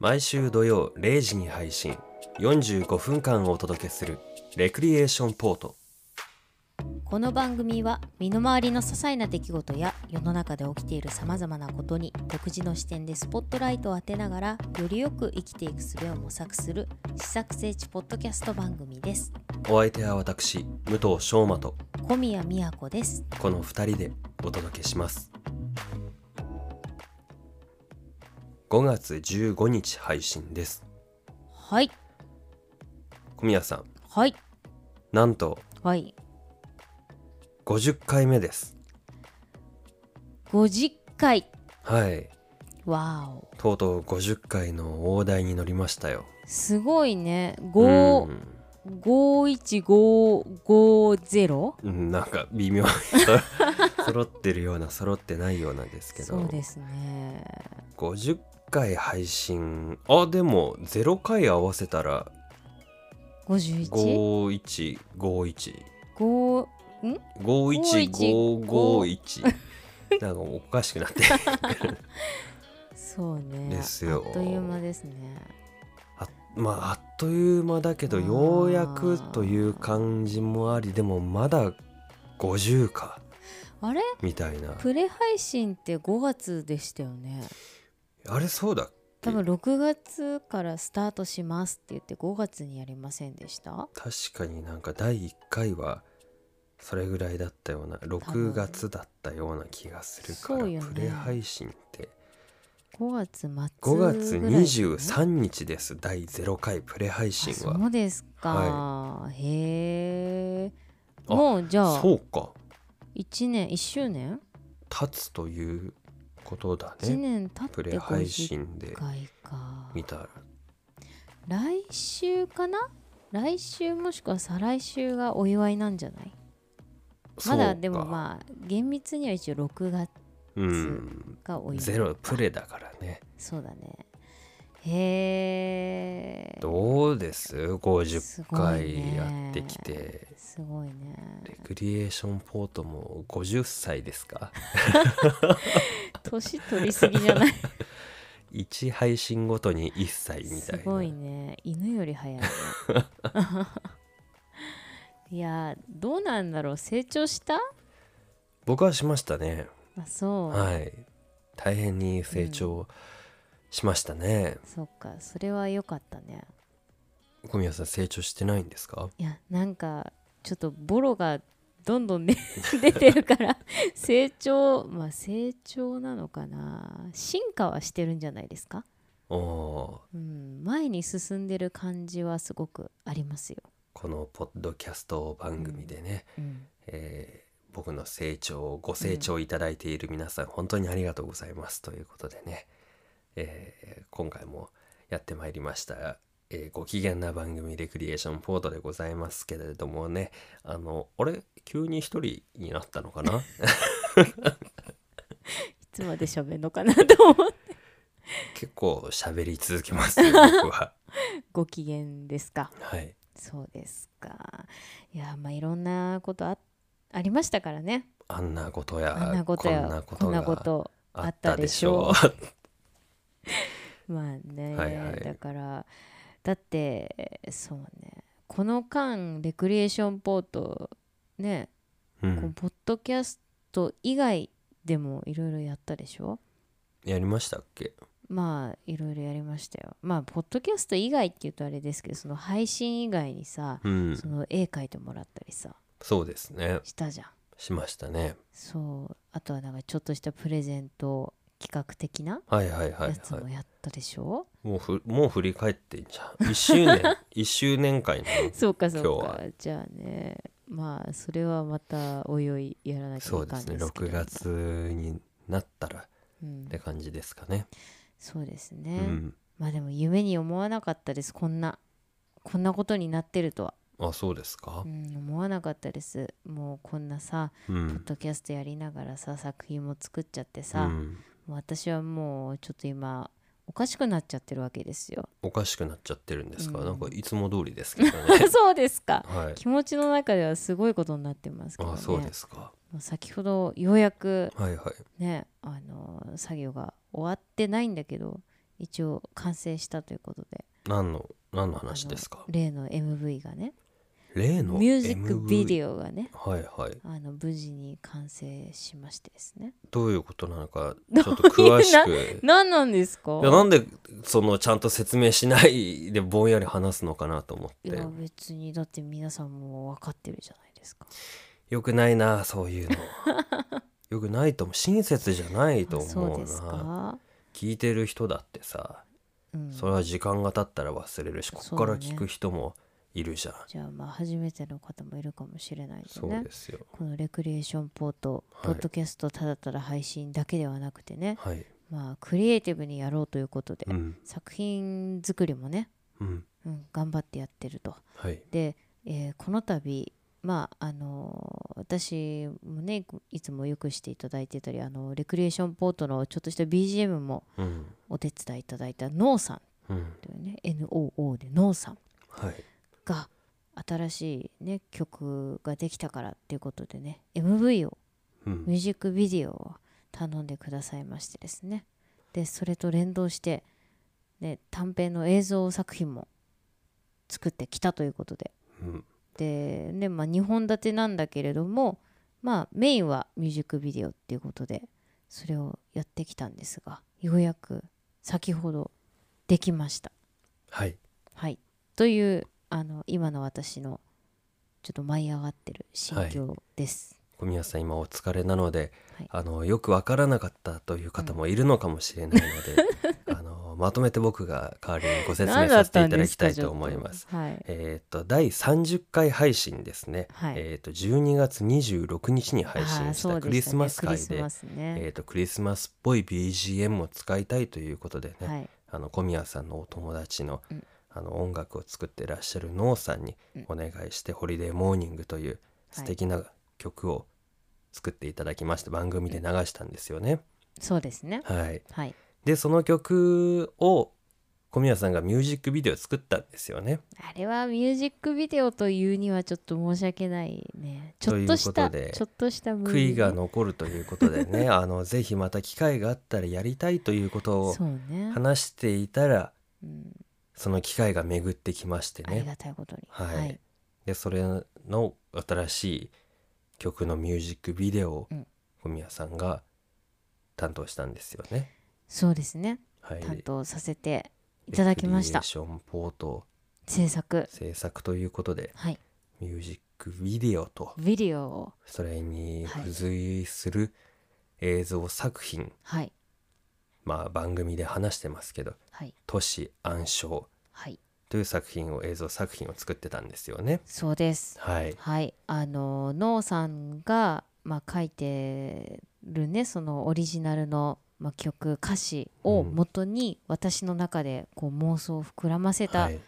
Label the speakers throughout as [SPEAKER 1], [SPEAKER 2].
[SPEAKER 1] 毎週土曜0時に配信45分間お届けする「レクリエーションポート
[SPEAKER 2] この番組は身の回りの些細な出来事や世の中で起きているさまざまなことに独自の視点でスポットライトを当てながらよりよく生きていく術を模索する試作聖地ポッドキャスト番組です」
[SPEAKER 1] お相手は私武藤翔馬と
[SPEAKER 2] 小宮宮子です
[SPEAKER 1] この2人でお届けします5月15日配信です
[SPEAKER 2] はい
[SPEAKER 1] 小宮さん
[SPEAKER 2] はい
[SPEAKER 1] なんと
[SPEAKER 2] はい
[SPEAKER 1] 50回目です
[SPEAKER 2] 50回
[SPEAKER 1] はい
[SPEAKER 2] わお
[SPEAKER 1] とうとう50回の大台に乗りましたよ
[SPEAKER 2] すごいね
[SPEAKER 1] うん
[SPEAKER 2] 51550
[SPEAKER 1] うんなんか微妙に 揃ってるような揃ってないようなんですけど
[SPEAKER 2] そうですね
[SPEAKER 1] 50回配信あでも0回合わせたら
[SPEAKER 2] 51?
[SPEAKER 1] 5151
[SPEAKER 2] 5ん
[SPEAKER 1] 51551なんかおかしくなって
[SPEAKER 2] そうね
[SPEAKER 1] ですよ
[SPEAKER 2] あっという間ですね
[SPEAKER 1] あまああっという間だけどようやくという感じもありでもまだ50か
[SPEAKER 2] あれ
[SPEAKER 1] みたいな
[SPEAKER 2] プレ配信って5月でしたよね
[SPEAKER 1] あれそうだ
[SPEAKER 2] 多分6月からスタートしますって言って5月にやりませんでした
[SPEAKER 1] 確かになんか第1回はそれぐらいだったような6月だったような気がするか
[SPEAKER 2] そ
[SPEAKER 1] ら、
[SPEAKER 2] うよね
[SPEAKER 1] プレ配信って
[SPEAKER 2] 5月末ぐらい
[SPEAKER 1] 5月
[SPEAKER 2] 日
[SPEAKER 1] 23日です第0回プレ配信
[SPEAKER 2] そ
[SPEAKER 1] は
[SPEAKER 2] うですか、へえ
[SPEAKER 1] あ
[SPEAKER 2] もうじゃあ
[SPEAKER 1] そうか
[SPEAKER 2] 1年1周年
[SPEAKER 1] 経つということだ
[SPEAKER 2] 1
[SPEAKER 1] ね
[SPEAKER 2] 年経
[SPEAKER 1] プ
[SPEAKER 2] っ
[SPEAKER 1] レ
[SPEAKER 2] て
[SPEAKER 1] 配
[SPEAKER 2] 50
[SPEAKER 1] 信で
[SPEAKER 2] 回か
[SPEAKER 1] 見たら
[SPEAKER 2] 来週かな来週もしくは再来週がお祝いなんじゃないまだでも
[SPEAKER 1] あ
[SPEAKER 2] まあ厳密には一応6月
[SPEAKER 1] うん
[SPEAKER 2] がお祝い
[SPEAKER 1] ゼロプレだからね
[SPEAKER 2] そうだねへえ
[SPEAKER 1] どうです
[SPEAKER 2] す
[SPEAKER 1] 50
[SPEAKER 2] ごい
[SPEAKER 1] 回
[SPEAKER 2] ね
[SPEAKER 1] やってきて
[SPEAKER 2] すごいね
[SPEAKER 1] レクリエーションポートも50歳ですか
[SPEAKER 2] 年取りすぎじゃない
[SPEAKER 1] 1配信ごとに1歳みた
[SPEAKER 2] す
[SPEAKER 1] いな
[SPEAKER 2] ごいね犬より早 いね いやどうなんだろう成長した
[SPEAKER 1] 僕はしましたね
[SPEAKER 2] あそう、
[SPEAKER 1] はい大変に成長しましたね、
[SPEAKER 2] そっかそれは良かったね
[SPEAKER 1] 小宮さん成長してないんですか
[SPEAKER 2] いやなんかちょっとボロがどん どん、ね、出てるから成長まあ成長なのかな進化はしてるんじゃないですか
[SPEAKER 1] おおー
[SPEAKER 2] うん、前に進んでる感じはすごくありますよ。
[SPEAKER 1] このポッドキャスト番組でね、
[SPEAKER 2] うん、
[SPEAKER 1] えー僕の成長ご成長いただいている皆さん、本当にありがとうございますということでね、えー今回もやってまいりました、えーご機嫌な番組レクリエーションポートでございますけれどもねあのあれ急に一人になったのか な
[SPEAKER 2] いつまで喋んのかなと思って。
[SPEAKER 1] 結構喋り続けますよ僕 は
[SPEAKER 2] ご機嫌ですか。
[SPEAKER 1] はい
[SPEAKER 2] そうですか。いやまあいろんなことあありましたからね。
[SPEAKER 1] あんなことや
[SPEAKER 2] あんなこと
[SPEAKER 1] こんな
[SPEAKER 2] や
[SPEAKER 1] こ
[SPEAKER 2] ことんなこ
[SPEAKER 1] が
[SPEAKER 2] と。
[SPEAKER 1] あったでしょ
[SPEAKER 2] あっ
[SPEAKER 1] う
[SPEAKER 2] まあね、
[SPEAKER 1] はいはい
[SPEAKER 2] だからだってそうねこの間レクリエーションポートね、
[SPEAKER 1] う、
[SPEAKER 2] こうんポッドキャスト以外でもいろいろやったでしょ。
[SPEAKER 1] やりましたっけ
[SPEAKER 2] まあいろいろやりましたよまあポッドキャスト以外って言うとあれですけどその配信以外にさ、
[SPEAKER 1] うん
[SPEAKER 2] その絵描いてもらったりさ
[SPEAKER 1] そうですね
[SPEAKER 2] したじゃん
[SPEAKER 1] しましたね
[SPEAKER 2] そうあとはなんかちょっとしたプレゼント企画的な
[SPEAKER 1] はいはいはいは
[SPEAKER 2] や
[SPEAKER 1] い
[SPEAKER 2] つもやったでしょ、
[SPEAKER 1] もうふもう振り返ってんじゃん1周 年一周年会なの
[SPEAKER 2] そうかそう
[SPEAKER 1] 今
[SPEAKER 2] かじゃあねまあそれはまたおいおいやらなきゃい
[SPEAKER 1] そうで
[SPEAKER 2] かん
[SPEAKER 1] すね
[SPEAKER 2] ですけど
[SPEAKER 1] 6月になったらっ
[SPEAKER 2] うん
[SPEAKER 1] て感じですかね
[SPEAKER 2] そうです
[SPEAKER 1] う
[SPEAKER 2] ね、
[SPEAKER 1] ん
[SPEAKER 2] まあでも夢に思わなかったですこんなこんなことになってるとは、
[SPEAKER 1] あそうですか
[SPEAKER 2] うん、思わなかったですもうこんなさ
[SPEAKER 1] う
[SPEAKER 2] ポッ
[SPEAKER 1] ん
[SPEAKER 2] ドキャストやりながらさ作品も作っちゃってさ、
[SPEAKER 1] う
[SPEAKER 2] も
[SPEAKER 1] ん
[SPEAKER 2] う私はもうちょっと今おかしくなっちゃってるわけです よ。
[SPEAKER 1] おかしくなっちゃってるんですか
[SPEAKER 2] うん
[SPEAKER 1] なんかいつも通りですけど ね
[SPEAKER 2] そうですか
[SPEAKER 1] はい
[SPEAKER 2] 気持ちの中ではすごいことになってますけど、ね、
[SPEAKER 1] あそうですか
[SPEAKER 2] もう先ほどようやく
[SPEAKER 1] はいはい
[SPEAKER 2] ねあの作業が終わってないんだけど一応完成したということで
[SPEAKER 1] 何の何の話ですか
[SPEAKER 2] あの例の MV がね
[SPEAKER 1] 例の
[SPEAKER 2] ミュージックビデ
[SPEAKER 1] オ
[SPEAKER 2] オがね
[SPEAKER 1] はいはい
[SPEAKER 2] あの無事に完成しましてですね
[SPEAKER 1] どういうことなのかちょっと詳しく
[SPEAKER 2] 何なんですか
[SPEAKER 1] いやなんでそのちゃんと説明しないでぼんやり話すのかなと思っ
[SPEAKER 2] い
[SPEAKER 1] て
[SPEAKER 2] や別にだって皆さんも分かってるじゃないですか
[SPEAKER 1] よくないなそういう のよくないと思う親切じゃないと
[SPEAKER 2] あそう
[SPEAKER 1] 思う
[SPEAKER 2] です
[SPEAKER 1] な
[SPEAKER 2] か、
[SPEAKER 1] 聞いてる人だってさ
[SPEAKER 2] うん、
[SPEAKER 1] それは時間が経ったら忘れるしこ
[SPEAKER 2] そ
[SPEAKER 1] こ
[SPEAKER 2] うだ
[SPEAKER 1] か
[SPEAKER 2] ね
[SPEAKER 1] ら聞く人もいるじゃん
[SPEAKER 2] じゃあまあ初めての方もいるかもしれないで
[SPEAKER 1] そう
[SPEAKER 2] ね
[SPEAKER 1] ですよ
[SPEAKER 2] このレクリエーションポート、
[SPEAKER 1] はい
[SPEAKER 2] ポッドキャストただただ配信だけではなくてね、
[SPEAKER 1] はい
[SPEAKER 2] まあクリエイティブにやろうということで、
[SPEAKER 1] うん
[SPEAKER 2] 作品作りもね、
[SPEAKER 1] うん
[SPEAKER 2] うん、頑張ってやってると
[SPEAKER 1] はい
[SPEAKER 2] で、えーこの度まああのー私もねいつもよくしていただいてたりあのレクリエーションポートのちょっとした BGM も
[SPEAKER 1] うん
[SPEAKER 2] お手伝いいただいたノーさん
[SPEAKER 1] うん
[SPEAKER 2] というね NOO でノーさん
[SPEAKER 1] はい
[SPEAKER 2] が新しい、ね、曲ができたからっていうことでね MV を
[SPEAKER 1] うん
[SPEAKER 2] ミュージックビデオを頼んでくださいましてですねでそれと連動して、ね、短編の映像作品も作ってきたということで
[SPEAKER 1] うん
[SPEAKER 2] で、ねまあ、2本立てなんだけれども、まあ、メインはミュージックビデオっていうことでそれをやってきたんですがようやく先ほどできました。
[SPEAKER 1] はい
[SPEAKER 2] はい、というあの今の私のちょっと舞い上がってる心境です。
[SPEAKER 1] 小宮さん今お疲れなので、
[SPEAKER 2] はい
[SPEAKER 1] あのよくわからなかったという方もいるのかもしれないの で、あのまとめて僕が代わりにご説明
[SPEAKER 2] 何だ
[SPEAKER 1] さ
[SPEAKER 2] っ
[SPEAKER 1] せて
[SPEAKER 2] た
[SPEAKER 1] い
[SPEAKER 2] ん
[SPEAKER 1] ただ
[SPEAKER 2] で
[SPEAKER 1] き
[SPEAKER 2] か
[SPEAKER 1] たいと思います。。
[SPEAKER 2] ちょっと はい、
[SPEAKER 1] えーっと第30回配信ですね、
[SPEAKER 2] はい
[SPEAKER 1] えーっと12月26日に配
[SPEAKER 2] あ
[SPEAKER 1] 信
[SPEAKER 2] ー
[SPEAKER 1] し
[SPEAKER 2] そう
[SPEAKER 1] た
[SPEAKER 2] で
[SPEAKER 1] クリスマス会
[SPEAKER 2] したねクリス
[SPEAKER 1] で
[SPEAKER 2] マスね
[SPEAKER 1] えーっとクリスマスっぽい BGM を使いたいということでね、
[SPEAKER 2] はい、
[SPEAKER 1] あの小宮さんのお友達の,、
[SPEAKER 2] うん
[SPEAKER 1] あの音楽を作ってらっしゃるノーさんに
[SPEAKER 2] うん
[SPEAKER 1] お願いして「ホリデーモーニング」という素敵な曲を作っていただきまして番組で流したんですよね。
[SPEAKER 2] そうですね。
[SPEAKER 1] はい、
[SPEAKER 2] はい、
[SPEAKER 1] でその曲を小宮さんがミュージックビデオを作ったんですよね。
[SPEAKER 2] あれはミュージックビデオというにはちょっと申し訳ないね。ちょっとし
[SPEAKER 1] という
[SPEAKER 2] た、
[SPEAKER 1] ことで
[SPEAKER 2] ちょっとしたムービ
[SPEAKER 1] 悔
[SPEAKER 2] ー
[SPEAKER 1] いが残るということで ねあのぜひまた機会があったらやりたいということを
[SPEAKER 2] そうね、
[SPEAKER 1] 話していたら
[SPEAKER 2] うん
[SPEAKER 1] その機会が巡ってきまして
[SPEAKER 2] あり
[SPEAKER 1] ね
[SPEAKER 2] がたいことに。
[SPEAKER 1] はい、でそれの新しい曲のミュージックビデオを
[SPEAKER 2] うん
[SPEAKER 1] 小宮さんが担当したんですよね。
[SPEAKER 2] そうですね。
[SPEAKER 1] はい、
[SPEAKER 2] 担当させていただきまし
[SPEAKER 1] レ
[SPEAKER 2] た
[SPEAKER 1] クリエー。ションポート
[SPEAKER 2] 制作、
[SPEAKER 1] 制作ということで
[SPEAKER 2] はい、
[SPEAKER 1] ミュージックビデオと
[SPEAKER 2] ビデオを、
[SPEAKER 1] それに
[SPEAKER 2] はい
[SPEAKER 1] 付随する映像作品、
[SPEAKER 2] はい、
[SPEAKER 1] まあ番組で話してますけど
[SPEAKER 2] はい、
[SPEAKER 1] 「都市暗唱
[SPEAKER 2] はい、」
[SPEAKER 1] という作品を映像作品を作ってたんですよね。
[SPEAKER 2] そうです。
[SPEAKER 1] はい、
[SPEAKER 2] はい、あのノーさんが、まあ、書いてるねそのオリジナルの、まあ、曲歌詞を
[SPEAKER 1] うん
[SPEAKER 2] 元に私の中でこう妄想を膨らませた
[SPEAKER 1] はい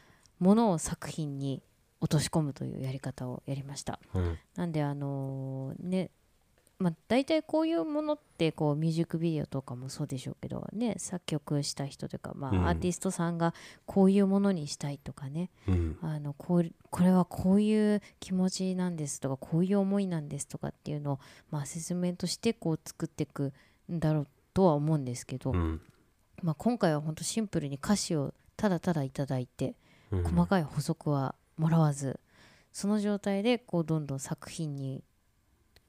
[SPEAKER 2] ものを作品に落とし込むというやり方をやりました。
[SPEAKER 1] うん
[SPEAKER 2] なんであのねまあ、大体こういうものってこうミュージックビデオとかもそうでしょうけどね作曲した人というか、ま
[SPEAKER 1] うん
[SPEAKER 2] あ、アーティストさんがこういうものにしたいとかね、
[SPEAKER 1] うん
[SPEAKER 2] あのこうこれはこういう気持ちなんですとかこういう思いなんですとかっていうのを、まあ、セスメントしてこう作っていくんだろうとは思うんですけど、
[SPEAKER 1] うん
[SPEAKER 2] まあ、今回は本当シンプルに歌詞をただただいただいて
[SPEAKER 1] うん
[SPEAKER 2] 細かい補足はもらわず、その状態でこうどんどん作品に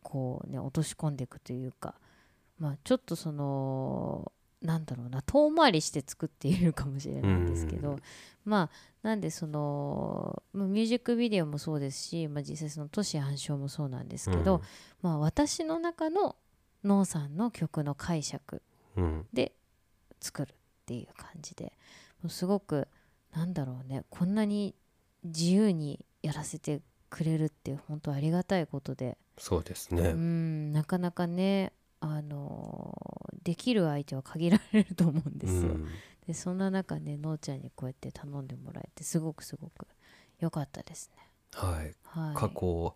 [SPEAKER 2] こう、ね、落とし込んでいくというか、まあ、ちょっとそのなんだろうな遠回りして作っているかもしれないんですけど、
[SPEAKER 1] うん
[SPEAKER 2] まあなんでそのまあミュージックビデオもそうですし、まあ、実際その都市暗唱もそうなんですけど、まあ、私の中のノーさんの曲の解釈
[SPEAKER 1] うんうん
[SPEAKER 2] で作るっていう感じでもうすごくなんだろうねこんなに自由にやらせてくれるって本当ありがたいことで、
[SPEAKER 1] そうですね。
[SPEAKER 2] うんなかなかねあのーできる相手は限られると思うんですよ。
[SPEAKER 1] うん
[SPEAKER 2] でそんな中ねのーちゃんにこうやって頼んでもらえてすごくすごく良かったですね。
[SPEAKER 1] はい、
[SPEAKER 2] はい、
[SPEAKER 1] 過去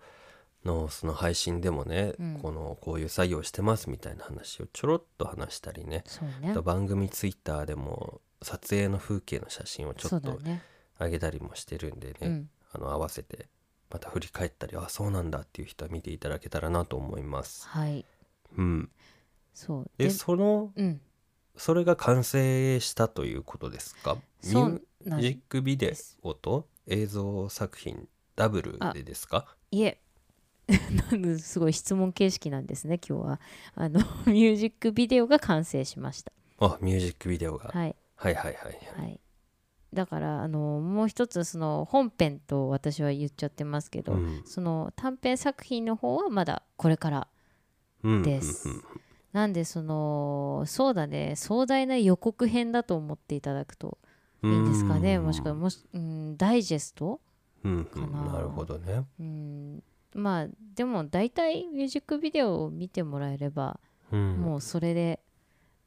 [SPEAKER 1] のその配信でもね、
[SPEAKER 2] うん
[SPEAKER 1] このこういう作業してますみたいな話をちょろっと話したりね、
[SPEAKER 2] そう
[SPEAKER 1] あ
[SPEAKER 2] ね
[SPEAKER 1] と番組ツイッターでも撮影の風景の写真をち
[SPEAKER 2] そ
[SPEAKER 1] ょ
[SPEAKER 2] う
[SPEAKER 1] っ
[SPEAKER 2] だ
[SPEAKER 1] と
[SPEAKER 2] ね、
[SPEAKER 1] 上げたりもしてるんでね、
[SPEAKER 2] うん、
[SPEAKER 1] あの合わせてまた振り返ったりあそうなんだっていう人は見ていただけたらなと思います。
[SPEAKER 2] はい
[SPEAKER 1] うん、
[SPEAKER 2] そう
[SPEAKER 1] でその
[SPEAKER 2] うん
[SPEAKER 1] それが完成したということですかミ
[SPEAKER 2] そ
[SPEAKER 1] ュ
[SPEAKER 2] うなん
[SPEAKER 1] ージックビデ
[SPEAKER 2] す
[SPEAKER 1] オと映像作品ダブルでですか
[SPEAKER 2] いえ なんですごい質問形式なんですね今日はあの ミュージックビデオが完成しました
[SPEAKER 1] あミュージックビデオが、
[SPEAKER 2] はい
[SPEAKER 1] はい、はいはい
[SPEAKER 2] はいだからあのもう一つその本編と私は言っちゃってますけど、
[SPEAKER 1] うん
[SPEAKER 2] その短編作品の方はまだこれから
[SPEAKER 1] うん
[SPEAKER 2] です
[SPEAKER 1] うんうん
[SPEAKER 2] なんでそのそうだね壮大な予告編だと思っていただくといいんですかね
[SPEAKER 1] うん
[SPEAKER 2] もしくはもし、うん、ダイジェスト、
[SPEAKER 1] うん
[SPEAKER 2] か
[SPEAKER 1] う、
[SPEAKER 2] なん
[SPEAKER 1] なるほどね。
[SPEAKER 2] うん、まあでも大体ミュージックビデオを見てもらえれば、
[SPEAKER 1] うん、
[SPEAKER 2] もうそれで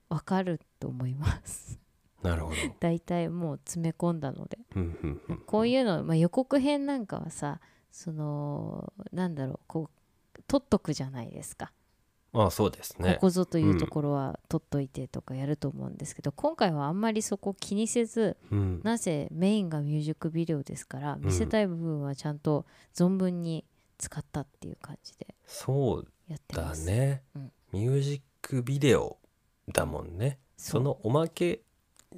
[SPEAKER 2] わかると思います
[SPEAKER 1] なるほど。
[SPEAKER 2] 大体もう詰め込んだので
[SPEAKER 1] うんうんうん
[SPEAKER 2] こういうの、まあ、予告編なんかはさそのなんだろうこう撮っとくじゃないですか
[SPEAKER 1] まあそうですね
[SPEAKER 2] こ。こぞというところは取っといてとかやると思うんですけど、今回はあんまりそこ気にせず
[SPEAKER 1] うん、
[SPEAKER 2] なぜメインがミュージックビデオですから見せたい部分はちゃんと存分に使ったっていう感じで
[SPEAKER 1] そう
[SPEAKER 2] やってま
[SPEAKER 1] だ
[SPEAKER 2] す。
[SPEAKER 1] ね、
[SPEAKER 2] うん
[SPEAKER 1] ミュージックビデオだもんね。
[SPEAKER 2] そ
[SPEAKER 1] そうのおまけ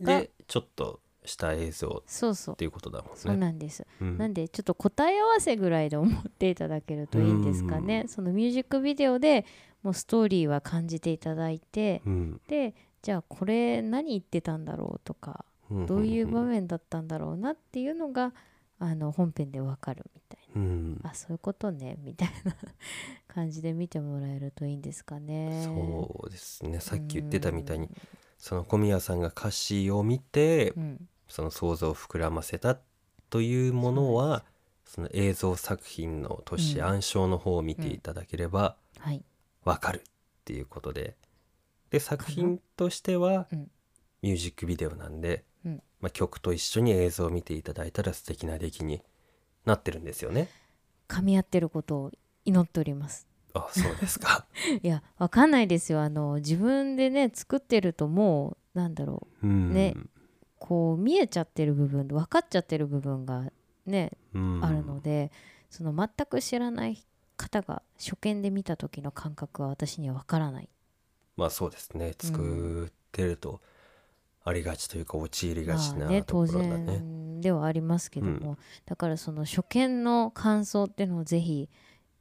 [SPEAKER 2] が
[SPEAKER 1] でちょっとした映像
[SPEAKER 2] そうそう
[SPEAKER 1] っていうことだもんね。
[SPEAKER 2] そうなんです、
[SPEAKER 1] うん
[SPEAKER 2] なんでちょっと答え合わせぐらいで思っていただけるといいんですかね、そのミュージックビデオでもうストーリーは感じていただいて、
[SPEAKER 1] うん
[SPEAKER 2] でじゃあこれ何言ってたんだろうとか
[SPEAKER 1] うん
[SPEAKER 2] どういう場
[SPEAKER 1] ん
[SPEAKER 2] 面だったんだろうなっていうのがあの本編でわかるみたい
[SPEAKER 1] うん
[SPEAKER 2] なあそういうことねみたいな感じで見てもらえるといいんですかね。
[SPEAKER 1] そうですねさっき言ってたみたいにその小宮さんが歌詞を見て、
[SPEAKER 2] うん、うん
[SPEAKER 1] その想像を膨らませたというものはその映像作品の都市
[SPEAKER 2] うん
[SPEAKER 1] 暗唱の方を見ていただければ
[SPEAKER 2] はい、
[SPEAKER 1] わかるっていうことでで作品としては
[SPEAKER 2] うん
[SPEAKER 1] ミュージックビデオなんで、
[SPEAKER 2] うん
[SPEAKER 1] まあ、曲と一緒に映像を見ていただいたら素敵な出来になってるんですよね。
[SPEAKER 2] 噛み合ってることを祈っております。
[SPEAKER 1] あそうです か。
[SPEAKER 2] いやわかんないですよあの自分でね作ってるともうなんだろう
[SPEAKER 1] うん
[SPEAKER 2] ねこう見えちゃってる部分分かっちゃってる部分がね
[SPEAKER 1] うん
[SPEAKER 2] あるので、その全く知らない方が初見で見た時の感覚は私にはわからない
[SPEAKER 1] まあそうですね作ってるとありがちというか陥りがち
[SPEAKER 2] ま
[SPEAKER 1] な
[SPEAKER 2] あね
[SPEAKER 1] とこ
[SPEAKER 2] 当
[SPEAKER 1] ろだね。
[SPEAKER 2] 然ではありますけども、だからその初見の感想っていうのをぜひ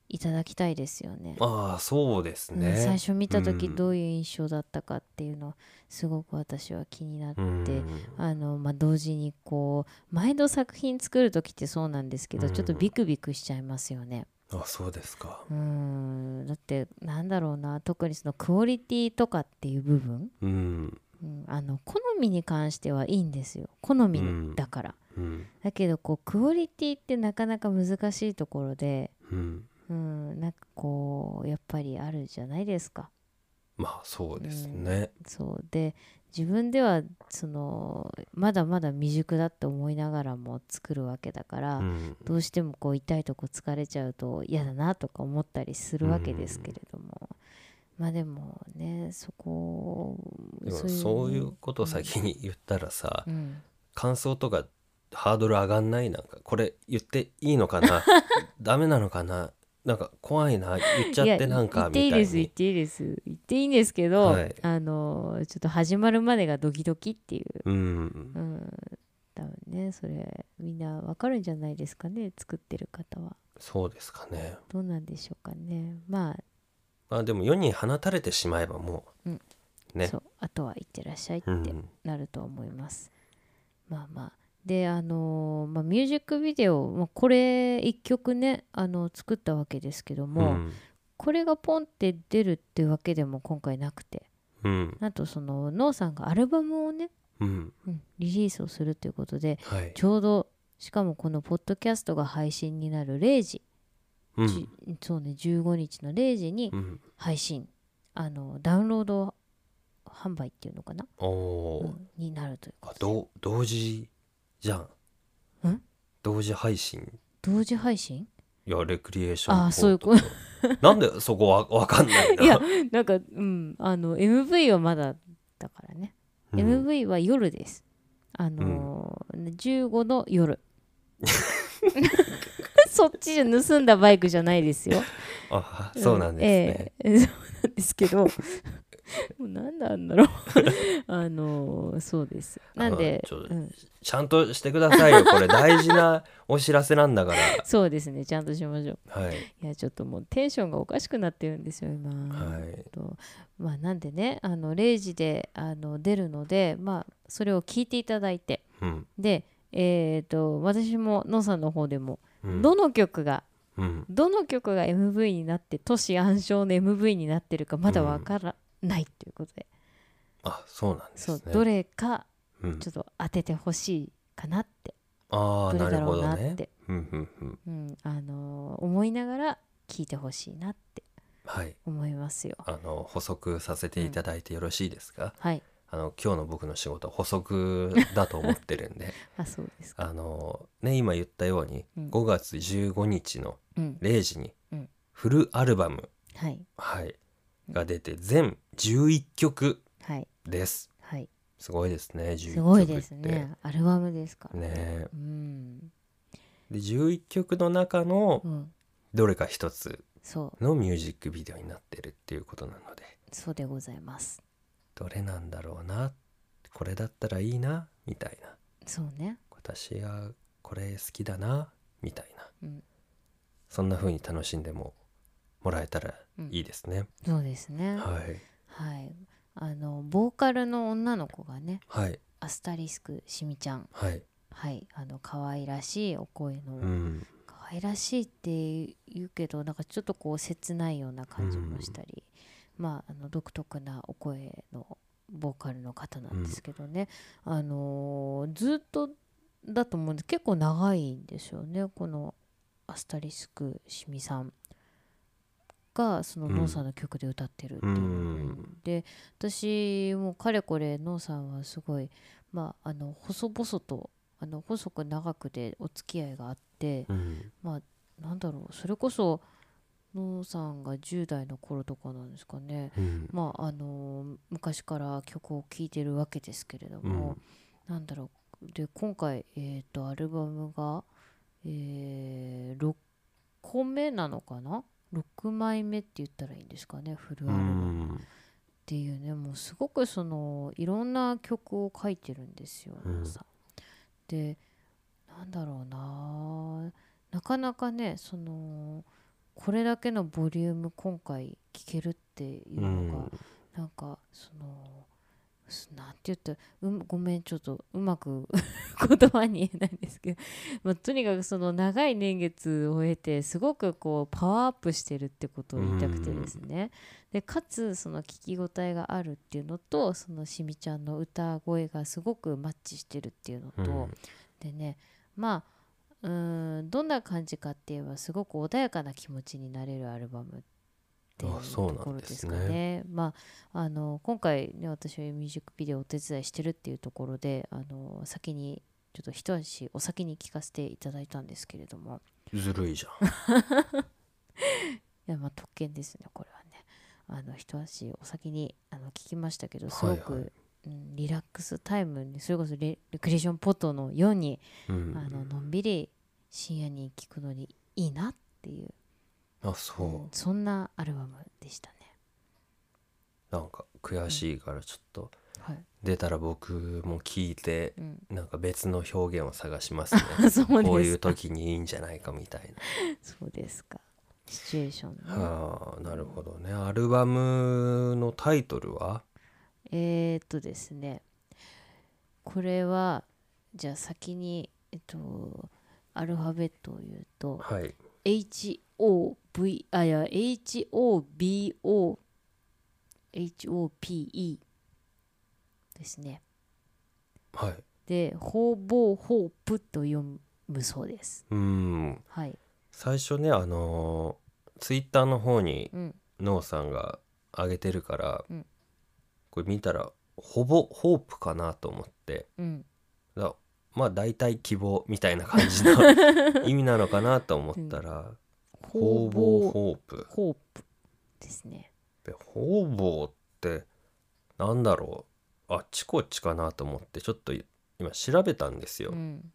[SPEAKER 2] いただきたいですよね。
[SPEAKER 1] ああそうです
[SPEAKER 2] うん
[SPEAKER 1] ね。
[SPEAKER 2] 最初見た時
[SPEAKER 1] うん
[SPEAKER 2] どういう印象だったかっていうのすごく私は気になって、
[SPEAKER 1] うん
[SPEAKER 2] あのまあ、同時にこう毎度作品作る時ってそうなんですけど、
[SPEAKER 1] うん
[SPEAKER 2] ちょっとビクビクしちゃいますよね。
[SPEAKER 1] あそうですか。
[SPEAKER 2] うんだってなんだろうな特にそのクオリティとかっていう部分、
[SPEAKER 1] うん
[SPEAKER 2] うん、あの好みに関してはいいんですよ好みにだから、
[SPEAKER 1] うん
[SPEAKER 2] だけどこうクオリティってなかなか難しいところで
[SPEAKER 1] うん
[SPEAKER 2] うんなんかこうやっぱりあるじゃないですか
[SPEAKER 1] まあそうですね。
[SPEAKER 2] そうで自分ではそのまだまだ未熟だって思いながらも作るわけだから、
[SPEAKER 1] うん
[SPEAKER 2] どうしてもこう痛いとこ疲れちゃうと嫌だなとか思ったりするわけですけれども、まあでもねそこ
[SPEAKER 1] でもそうい
[SPEAKER 2] ね
[SPEAKER 1] うことを先に言ったらさ
[SPEAKER 2] うん、
[SPEAKER 1] 感想とかハードル上がんないなんかこれ言っていいのか なダメなのかななんか怖いな言っちゃってなんかみた
[SPEAKER 2] い
[SPEAKER 1] い
[SPEAKER 2] や言っていい
[SPEAKER 1] に
[SPEAKER 2] です言っていいです言っていいんですけど、
[SPEAKER 1] はい
[SPEAKER 2] あのちょっと始まるまでがドキドキっていう、
[SPEAKER 1] うん
[SPEAKER 2] うん、多分ねそれみんなわかるんじゃないですかね作ってる方は
[SPEAKER 1] そうですかね。
[SPEAKER 2] どうなんでしょうかねまあ、
[SPEAKER 1] まあでも世に放たれてしまえばも
[SPEAKER 2] うん
[SPEAKER 1] うね
[SPEAKER 2] そ。うあとはいってらっしゃいって
[SPEAKER 1] うん
[SPEAKER 2] なると思います。まあまあであのーまあ、ミュージックビデオ、まあ、これ1曲ねあの作ったわけですけど
[SPEAKER 1] う
[SPEAKER 2] も、
[SPEAKER 1] ん
[SPEAKER 2] これがポンって出るっていうわけでも今回なくて
[SPEAKER 1] うん
[SPEAKER 2] なんとそのノーさんがアルバムをね、
[SPEAKER 1] うん
[SPEAKER 2] うん、リリースをするということで
[SPEAKER 1] はい。
[SPEAKER 2] ちょうどしかもこのポッドキャストが配信になる0時、
[SPEAKER 1] うん
[SPEAKER 2] じそうね15日の0時に
[SPEAKER 1] うん
[SPEAKER 2] 配信あのダウンロード販売っていうのかな、
[SPEAKER 1] お
[SPEAKER 2] う
[SPEAKER 1] おー。
[SPEAKER 2] んになるというこ
[SPEAKER 1] あ
[SPEAKER 2] とで
[SPEAKER 1] どう同時じゃん
[SPEAKER 2] ん
[SPEAKER 1] 同時配信
[SPEAKER 2] 同時配信
[SPEAKER 1] いやレクリエーション
[SPEAKER 2] ああそういうこ
[SPEAKER 1] ポートとなんでそこはわかんないんだ
[SPEAKER 2] いやとなんかうんあの MV はまだだからね、
[SPEAKER 1] うん
[SPEAKER 2] MV は夜ですあのー15の 夜そっちじゃ盗んだバイクじゃないですよ
[SPEAKER 1] あそうなんですね、
[SPEAKER 2] ええそうなんですけどもうなんであんだろうあのそうですなんで
[SPEAKER 1] あちょっと
[SPEAKER 2] うん
[SPEAKER 1] ちゃんとしてくださいよこれ大事なお知らせなんだか
[SPEAKER 2] そうですねちゃんとしましょう
[SPEAKER 1] らはい
[SPEAKER 2] いやちょっともうテンションがおかしくなってるんですよ今、
[SPEAKER 1] はい
[SPEAKER 2] とまあなんでねあの0時であの出るのでまあそれを聞いていただいて
[SPEAKER 1] うん
[SPEAKER 2] でえっ、と私ものんさんの方でも、
[SPEAKER 1] うん
[SPEAKER 2] どの曲が
[SPEAKER 1] うん
[SPEAKER 2] どの曲が MV になって都市暗唱の MV になってるかまだわからないということで、
[SPEAKER 1] あそうなんです
[SPEAKER 2] そ
[SPEAKER 1] ね
[SPEAKER 2] うどれか
[SPEAKER 1] うん
[SPEAKER 2] ちょっと当ててほしいかなって、
[SPEAKER 1] ああ
[SPEAKER 2] ど
[SPEAKER 1] なる
[SPEAKER 2] れだろ
[SPEAKER 1] ほ
[SPEAKER 2] う
[SPEAKER 1] ど
[SPEAKER 2] なって
[SPEAKER 1] ねうんうんうん
[SPEAKER 2] うんあのー思いながら聞いてほしいなって
[SPEAKER 1] はい
[SPEAKER 2] 思いますよ。
[SPEAKER 1] あの補足させていただいてよろしいですか、
[SPEAKER 2] はい、
[SPEAKER 1] あの今日の僕の仕事補足だと思ってるん で
[SPEAKER 2] あそうですか。
[SPEAKER 1] あのね今言ったように
[SPEAKER 2] うん
[SPEAKER 1] 5月15日の
[SPEAKER 2] うん、
[SPEAKER 1] 0時に
[SPEAKER 2] うん
[SPEAKER 1] フルアルバム、
[SPEAKER 2] はい
[SPEAKER 1] はい、が出て全11曲
[SPEAKER 2] はい
[SPEAKER 1] です
[SPEAKER 2] はい、
[SPEAKER 1] すごいですね11曲って
[SPEAKER 2] すごいですね。アルバムですから
[SPEAKER 1] ねえ
[SPEAKER 2] うん、
[SPEAKER 1] で11曲の中の
[SPEAKER 2] うん、
[SPEAKER 1] どれか一つ
[SPEAKER 2] そう
[SPEAKER 1] のミュージックビデオになってるっていうことなので
[SPEAKER 2] そうでございます。
[SPEAKER 1] どれなんだろうなこれだったらいいなみたいな
[SPEAKER 2] そうね。
[SPEAKER 1] 私はこれ好きだなみたいな、
[SPEAKER 2] うん
[SPEAKER 1] そんな風に楽しんでももらえたらいいですね、
[SPEAKER 2] そうですね。は
[SPEAKER 1] はい
[SPEAKER 2] い。あのボーカルの女の子がね、
[SPEAKER 1] はい
[SPEAKER 2] アスタリスクしみちゃん、
[SPEAKER 1] はい
[SPEAKER 2] はい、あの可愛らしいお声の、
[SPEAKER 1] うん
[SPEAKER 2] 可愛らしいって言うけどなんかちょっとこう切ないような感じもしたり、まああの独特なお声のボーカルの方なんですけどね、あのーずっとだと思うんです結構長いんですよねこのアスタリスクしみさんがその
[SPEAKER 1] うん
[SPEAKER 2] ノンさんの曲で歌ってるっていう、
[SPEAKER 1] うん
[SPEAKER 2] で私もうかれこれノンさんはすごいまああの細々とあの細く長くでお付き合いがあって、
[SPEAKER 1] うん
[SPEAKER 2] なんだろうそれこそのーさんが10代の頃とかなんですかね
[SPEAKER 1] うん
[SPEAKER 2] まああのー昔から曲を聴いてるわけですけれども、なんだろうで今回、えー、とアルバムが、え6個目なのかな6枚目って言ったらいいんですかねフルアルバムっていうねもうすごくそのいろんな曲を書いてるんですよ、
[SPEAKER 1] うん
[SPEAKER 2] さでなんだろうななかなかねそのこれだけのボリューム今回聴けるっていう
[SPEAKER 1] う
[SPEAKER 2] のが、
[SPEAKER 1] ん
[SPEAKER 2] なんかそのすなんて言ったらうんごめんちょっとうまく 言葉に言えないんですけど、まあ、とにかくその長い年月を経てすごくこうパワーアップしてるってことを言いたくてですねでかつその聞き応えがあるっていうのとそのしみちゃんの歌声がすごくマッチしてるっていうのと、
[SPEAKER 1] うん
[SPEAKER 2] でねまあうーんどんな感じかって言えばすごく穏やかな気持ちになれるアルバムっていう
[SPEAKER 1] あそう
[SPEAKER 2] と
[SPEAKER 1] な
[SPEAKER 2] こ
[SPEAKER 1] ん
[SPEAKER 2] ろ
[SPEAKER 1] で
[SPEAKER 2] ですす
[SPEAKER 1] ね
[SPEAKER 2] かね。まああの今回ね私はミュージックビデオをお手伝いしてるっていうところであの先にちょっと一足お先に聞かせていただいたんですけれども
[SPEAKER 1] ずるいじゃん
[SPEAKER 2] いやまあ特権ですねこれはね。あの一足お先にあの聞きましたけどす
[SPEAKER 1] はいは
[SPEAKER 2] ご
[SPEAKER 1] い
[SPEAKER 2] く、うん、リラックスタイムにそれこそレレクリエーションポットのように
[SPEAKER 1] うん
[SPEAKER 2] あののんびり深夜に聴くのにいいなっていう、
[SPEAKER 1] あそ
[SPEAKER 2] そんなアルバムでしたね。
[SPEAKER 1] うなんか悔しいからちょっと
[SPEAKER 2] はい
[SPEAKER 1] 出たら僕も聞いて
[SPEAKER 2] うん、
[SPEAKER 1] なんか別の表現を探しますね
[SPEAKER 2] そうですか
[SPEAKER 1] こういう時にいいんじゃないかみたいな
[SPEAKER 2] そうですかシチュエーションね。
[SPEAKER 1] ああなるほどねアルバムのタイトルは
[SPEAKER 2] えー、っとですねこれはじゃあ先に、えっと、アルファベットを言うと
[SPEAKER 1] はい
[SPEAKER 2] HOV あいや HOBOHOPE ですね。
[SPEAKER 1] はい
[SPEAKER 2] で「ほうぼうほうぷ」と読むそうです。
[SPEAKER 1] うん
[SPEAKER 2] はい。
[SPEAKER 1] 最初ねあのツイッターの方に
[SPEAKER 2] うん
[SPEAKER 1] ノーさんが上げてるから、
[SPEAKER 2] うん
[SPEAKER 1] これ見たらほぼホープかなと思って
[SPEAKER 2] うん
[SPEAKER 1] だまあ大体希望みたいな感じ の意味なのかなと思ったら「ほうぼうホープ
[SPEAKER 2] ホープですね。」
[SPEAKER 1] で「ほうぼう」ってなんだろうあっちこっちかなと思ってちょっと今調べたんですよ。
[SPEAKER 2] うん、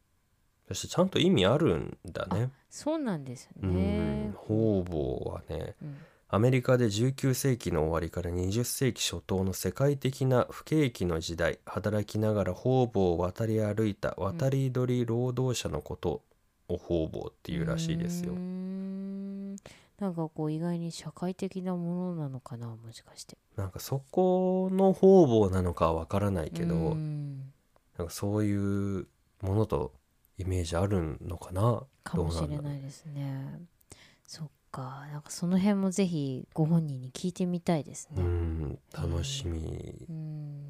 [SPEAKER 1] そしてちゃんと意味あるんだね。
[SPEAKER 2] そうなんですよ
[SPEAKER 1] う
[SPEAKER 2] ね
[SPEAKER 1] ん、。方々はね、
[SPEAKER 2] うん
[SPEAKER 1] アメリカで19世紀の終わりから20世紀初頭の世界的な不景気の時代働きながら方々を渡り歩いた渡り鳥労働者のことを方々っていうらしいですよ
[SPEAKER 2] うー。んなんかこう意外に社会的なものなのかなもしかして
[SPEAKER 1] なんかそこの方々なのかはわからないけど、
[SPEAKER 2] うん
[SPEAKER 1] なんかそういうものとイメージあるのかな
[SPEAKER 2] かもし
[SPEAKER 1] どう
[SPEAKER 2] れ
[SPEAKER 1] んだろ
[SPEAKER 2] な
[SPEAKER 1] う
[SPEAKER 2] いですねそっかなんかその辺もぜひご本人に聞いてみたいです
[SPEAKER 1] う
[SPEAKER 2] ね
[SPEAKER 1] ん楽しみ
[SPEAKER 2] う、ん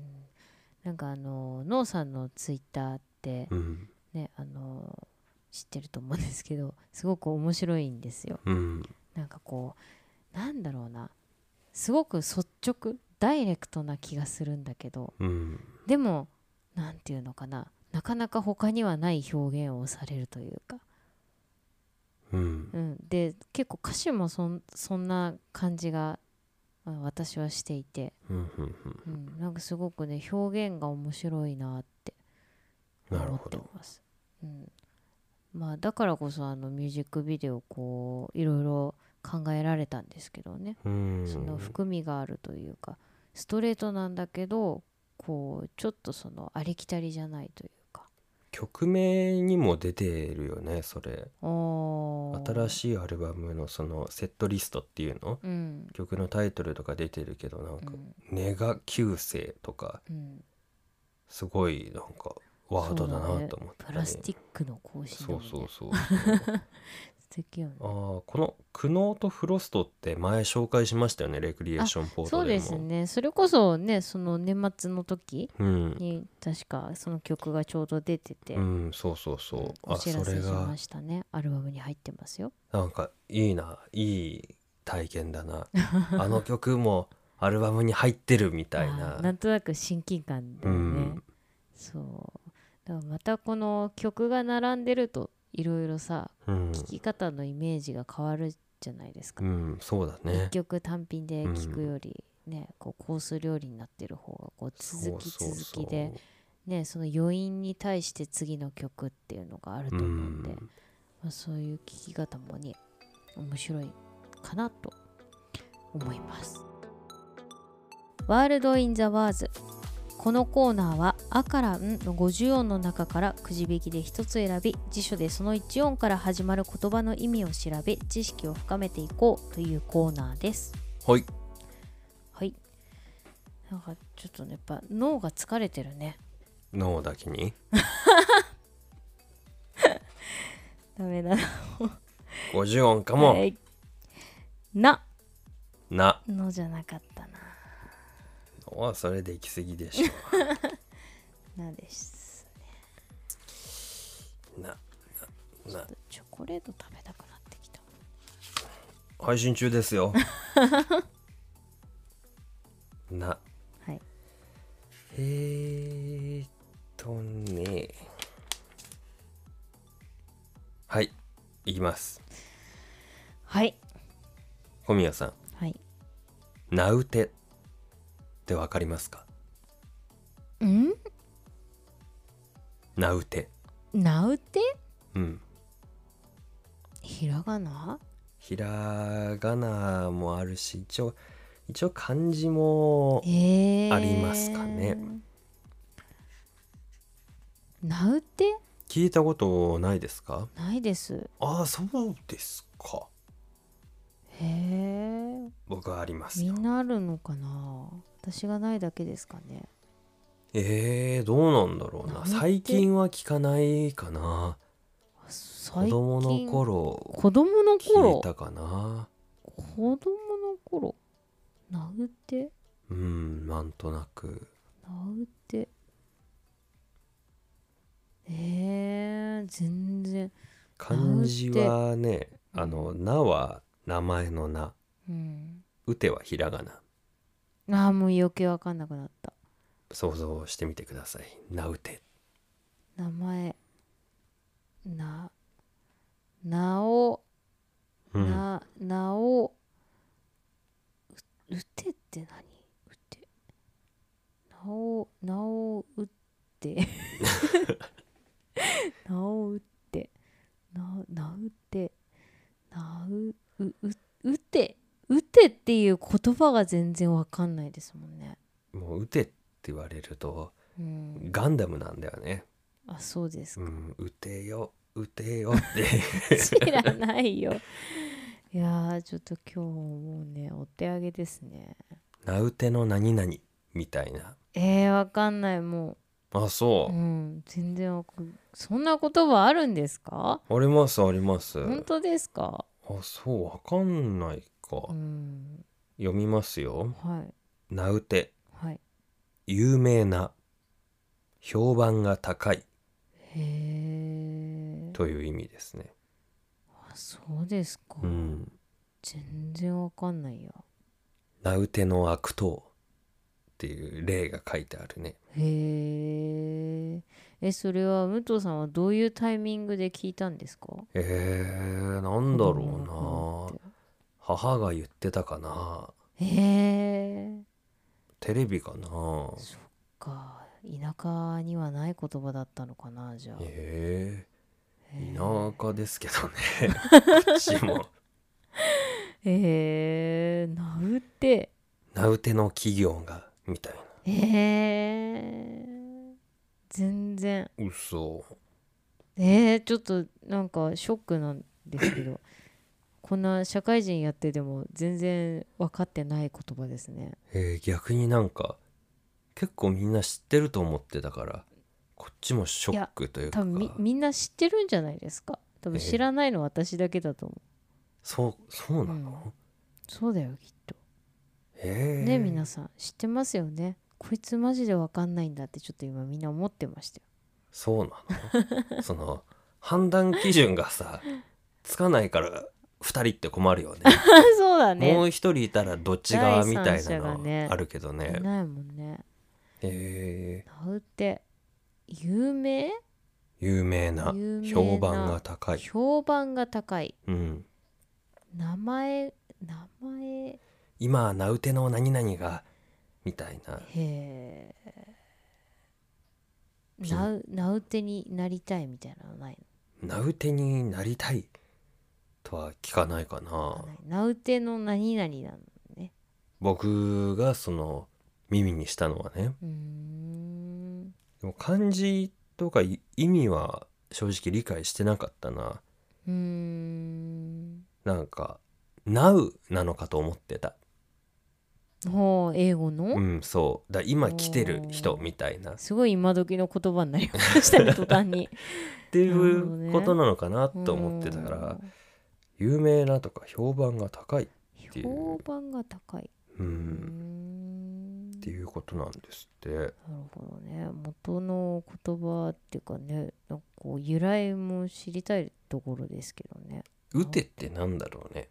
[SPEAKER 2] なんかあのノーさんのツイッターって
[SPEAKER 1] うん
[SPEAKER 2] ねあの知ってると思うんですけどすごく面白いんですよ
[SPEAKER 1] うん
[SPEAKER 2] なんかこうなんだろうなすごく率直ダイレクトな気がするんだけど
[SPEAKER 1] うん
[SPEAKER 2] でもなんていうのかななかなか他にはない表現をされるというか、
[SPEAKER 1] うん
[SPEAKER 2] うん、で結構歌詞もそんそんな感じがあ私はしていて、
[SPEAKER 1] うんうんうん
[SPEAKER 2] うん、なんかすごくね表現が面白いなって
[SPEAKER 1] なる
[SPEAKER 2] 思
[SPEAKER 1] ほ
[SPEAKER 2] って
[SPEAKER 1] ど
[SPEAKER 2] ます。うんまあ、だからこそあのミュージックビデオこういろいろ考えられたんですけどね、
[SPEAKER 1] うん
[SPEAKER 2] その含みがあるというかストレートなんだけどこうちょっとそのありきたりじゃないというか
[SPEAKER 1] 曲名にも出てるよねそれ新
[SPEAKER 2] 新い、
[SPEAKER 1] しいアルバムのそのセットリストっていうの
[SPEAKER 2] うん
[SPEAKER 1] 曲のタイトルとか出てるけどなん
[SPEAKER 2] う
[SPEAKER 1] か
[SPEAKER 2] ん
[SPEAKER 1] 「ネガ旧世」とか
[SPEAKER 2] うん、
[SPEAKER 1] すごいなんかワードだ
[SPEAKER 2] そうだ
[SPEAKER 1] な
[SPEAKER 2] ね
[SPEAKER 1] と思って、
[SPEAKER 2] プラスティックの更新だ
[SPEAKER 1] そ
[SPEAKER 2] も
[SPEAKER 1] うん
[SPEAKER 2] ね
[SPEAKER 1] そうそう
[SPEAKER 2] 素敵よね
[SPEAKER 1] あーこの「苦悩とフロスト」って前紹介しましたよねレクリエーションポー
[SPEAKER 2] そ
[SPEAKER 1] ト
[SPEAKER 2] う
[SPEAKER 1] で
[SPEAKER 2] で
[SPEAKER 1] も
[SPEAKER 2] すねそれこそねその年末の時
[SPEAKER 1] うん、
[SPEAKER 2] に確かその曲がちょうど出てて、
[SPEAKER 1] うん、そうそうそう
[SPEAKER 2] お
[SPEAKER 1] あ
[SPEAKER 2] 知
[SPEAKER 1] そ
[SPEAKER 2] らせ
[SPEAKER 1] れ
[SPEAKER 2] し
[SPEAKER 1] が
[SPEAKER 2] ましたねアルバムに入ってますよ
[SPEAKER 1] なんかいいないい体験だ なあの曲もアルバムに入ってるみたい
[SPEAKER 2] あー
[SPEAKER 1] な
[SPEAKER 2] なんとなく親近感だ
[SPEAKER 1] う
[SPEAKER 2] よね、
[SPEAKER 1] ん
[SPEAKER 2] そうだからまたこの曲が並んでるといろいろさ
[SPEAKER 1] うん、
[SPEAKER 2] 聴き方のイメージが変わるじゃないですか、
[SPEAKER 1] うん、そうだ
[SPEAKER 2] 一
[SPEAKER 1] ね
[SPEAKER 2] 曲単品で聴くより、ねこうコース料理になってる方がこう続き
[SPEAKER 1] そうそうそう
[SPEAKER 2] 続きでねその余韻に対して次の曲っていうのがあると思うんで、
[SPEAKER 1] うん
[SPEAKER 2] まあ、そういう聴き方もね面白いかなと思います。ワールド・イン・ザ・ワーズこのコーナーは「あ」から「ん」の50音の中からくじ引きで1つ選び辞書でその1音から始まる言葉の意味を調べ知識を深めていこうというコーナーです。
[SPEAKER 1] はい
[SPEAKER 2] はいなんかちょっとねやっぱ脳が疲れてるね。
[SPEAKER 1] 脳だけに
[SPEAKER 2] ダメだな。
[SPEAKER 1] 50音かも、
[SPEAKER 2] はいな
[SPEAKER 1] な
[SPEAKER 2] のじゃなかったな。
[SPEAKER 1] のはそれで行き過ぎでし
[SPEAKER 2] なです。
[SPEAKER 1] ょななな
[SPEAKER 2] チョコレート食べたくなってきた
[SPEAKER 1] 配信中ですよ な
[SPEAKER 2] はい
[SPEAKER 1] えーっとねはいいきます
[SPEAKER 2] はい
[SPEAKER 1] 小宮さ
[SPEAKER 2] はい
[SPEAKER 1] ん「なうて」ってわかりますか
[SPEAKER 2] ん
[SPEAKER 1] なうて
[SPEAKER 2] なうて
[SPEAKER 1] うん
[SPEAKER 2] ひらがな
[SPEAKER 1] ひらがなもあるし一応一応漢字も
[SPEAKER 2] えー、
[SPEAKER 1] ありますかね
[SPEAKER 2] なうて
[SPEAKER 1] 聞いたことないですか
[SPEAKER 2] ないです
[SPEAKER 1] ああそうですか
[SPEAKER 2] へえ
[SPEAKER 1] 僕はあります
[SPEAKER 2] み
[SPEAKER 1] よ
[SPEAKER 2] んなあるのかな私がないだけですかね
[SPEAKER 1] えー、どうなんだろう
[SPEAKER 2] な
[SPEAKER 1] なん
[SPEAKER 2] て
[SPEAKER 1] 最近は聞かないかな子
[SPEAKER 2] 最近
[SPEAKER 1] 供の頃
[SPEAKER 2] 子供の
[SPEAKER 1] 聞
[SPEAKER 2] 頃
[SPEAKER 1] いたかな
[SPEAKER 2] 子供の頃なうて
[SPEAKER 1] うんなんとなく
[SPEAKER 2] なうてえー、全然
[SPEAKER 1] 漢字はね
[SPEAKER 2] な
[SPEAKER 1] あ
[SPEAKER 2] んて
[SPEAKER 1] の「な」は名前の「な
[SPEAKER 2] うん」
[SPEAKER 1] 「うて」はひらがな
[SPEAKER 2] ああもう余計わかんなくなった
[SPEAKER 1] 想像してみてください「なうて
[SPEAKER 2] 名前ななお」
[SPEAKER 1] うん、
[SPEAKER 2] ななおううてって何うてなおなおうって なおうってななうてなううううてうててっていう言葉が全然わかんないですもんね。
[SPEAKER 1] もう撃てって言われると
[SPEAKER 2] うん、
[SPEAKER 1] ガンダムなんだよね。
[SPEAKER 2] あそうです
[SPEAKER 1] う
[SPEAKER 2] か。
[SPEAKER 1] ん、撃てよ撃てよって
[SPEAKER 2] 知らないよ。いやーちょっと今日もうねお手上げですね。
[SPEAKER 1] 「名うての何々」みたいな
[SPEAKER 2] えー、わかんないも
[SPEAKER 1] あ
[SPEAKER 2] う、
[SPEAKER 1] そうう、
[SPEAKER 2] ん、全然わかんそんな言葉あるんですか
[SPEAKER 1] ありますあります
[SPEAKER 2] 本当ですか、
[SPEAKER 1] あそうわかんないか、
[SPEAKER 2] うん、
[SPEAKER 1] 読みますよ
[SPEAKER 2] はい
[SPEAKER 1] 「名うて
[SPEAKER 2] はい
[SPEAKER 1] 有名な評判が高い
[SPEAKER 2] へえ」
[SPEAKER 1] という意味ですね
[SPEAKER 2] あそうですか、
[SPEAKER 1] うん
[SPEAKER 2] 全然わかんないや
[SPEAKER 1] 「名うての悪党」っていう例が書いてあるね
[SPEAKER 2] へええそれは武藤さんはどういうタイミングで聞いたんですか
[SPEAKER 1] えー、なんだろうな母が言ってたかな
[SPEAKER 2] うなへえ
[SPEAKER 1] テレビかな
[SPEAKER 2] そっか田舎にはない言葉だったのかなじゃあ
[SPEAKER 1] え
[SPEAKER 2] へ
[SPEAKER 1] え
[SPEAKER 2] ー
[SPEAKER 1] 田舎ですけど ねこっちも
[SPEAKER 2] えー、なうって
[SPEAKER 1] 名うての企業がみたい
[SPEAKER 2] えー、全然
[SPEAKER 1] な嘘
[SPEAKER 2] えー、ちょっとなんかショックなんですけどこんな社会人やってでも全然分かってない言葉ですね
[SPEAKER 1] えー逆になんか結構みんな知ってると思ってたからこっちもショックというか
[SPEAKER 2] 多分みみんな知ってるんじゃないですか多分
[SPEAKER 1] ええ
[SPEAKER 2] 知らないの私だけだと思う、
[SPEAKER 1] そうそうな
[SPEAKER 2] うん
[SPEAKER 1] の、
[SPEAKER 2] そうだよきっと
[SPEAKER 1] ええ
[SPEAKER 2] ね皆さん知ってますよねこいつマジで分かんないんだってちょっと今みんな思ってましたよ
[SPEAKER 1] そうな のその判断基準がさつかないから2人って困る よね
[SPEAKER 2] あそうだ
[SPEAKER 1] もう
[SPEAKER 2] ね
[SPEAKER 1] 1人いたらどっち側みたい
[SPEAKER 2] 第三者
[SPEAKER 1] な
[SPEAKER 2] がね
[SPEAKER 1] のあるけどね
[SPEAKER 2] いないもんね
[SPEAKER 1] えー
[SPEAKER 2] なうって有名
[SPEAKER 1] 有名な
[SPEAKER 2] 有名な
[SPEAKER 1] 評判が高い、
[SPEAKER 2] 評判が高い
[SPEAKER 1] うん、
[SPEAKER 2] 名前名前へ
[SPEAKER 1] 今名うての何々がみたいな
[SPEAKER 2] え
[SPEAKER 1] ピン
[SPEAKER 2] なうなうてになりたいみたいなのない
[SPEAKER 1] 名うてになりたいとは聞かないかな
[SPEAKER 2] のかないなうての何々なの
[SPEAKER 1] 僕がその耳にしたのはね
[SPEAKER 2] うーん
[SPEAKER 1] でも漢字とかい意味は正直理解してなかったな
[SPEAKER 2] うーん
[SPEAKER 1] なんか「now」なのかと思ってた
[SPEAKER 2] ほう英語の、
[SPEAKER 1] うんそうだ今来てる人
[SPEAKER 2] おー
[SPEAKER 1] みたいなっ
[SPEAKER 2] すごい今時の言葉になりましたね途 端に
[SPEAKER 1] てい
[SPEAKER 2] なるほど
[SPEAKER 1] う
[SPEAKER 2] ね
[SPEAKER 1] ことなのかなと思ってたから、有名なとか評判が高い、
[SPEAKER 2] うん評判が高い、
[SPEAKER 1] う
[SPEAKER 2] うー
[SPEAKER 1] ん、
[SPEAKER 2] ん
[SPEAKER 1] っていうことなんですって
[SPEAKER 2] なるほどね元の言葉っていうかねなんかこう由来も知りたいところですけどね
[SPEAKER 1] 「打て」ってなんだろうね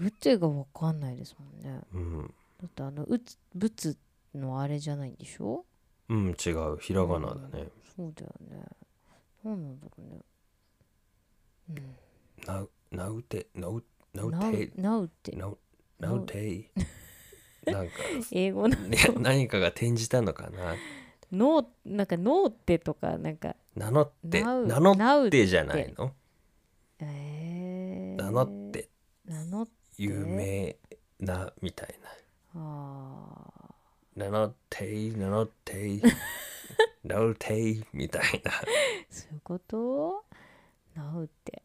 [SPEAKER 2] 打てが分かんないですもんね
[SPEAKER 1] うん、
[SPEAKER 2] だってあの打つ「ぶつ」のあれじゃないんでしょ
[SPEAKER 1] うん、違うひらがなだね
[SPEAKER 2] そうだよね何なんだろうねうん
[SPEAKER 1] 「なうなうて」なう「なう
[SPEAKER 2] な
[SPEAKER 1] て
[SPEAKER 2] う」なうって
[SPEAKER 1] なうなうて」 なんか
[SPEAKER 2] 英語の
[SPEAKER 1] ね何かが転じたのかな
[SPEAKER 2] 「の」なんか「の」ってとかなんか
[SPEAKER 1] 名乗って
[SPEAKER 2] なう
[SPEAKER 1] 名乗
[SPEAKER 2] なう
[SPEAKER 1] ってじゃないの
[SPEAKER 2] えー、
[SPEAKER 1] 名乗って
[SPEAKER 2] 名乗って
[SPEAKER 1] 有名なみたい
[SPEAKER 2] あー
[SPEAKER 1] な名乗って名乗 って名乗ってみたいな
[SPEAKER 2] そういうことなうって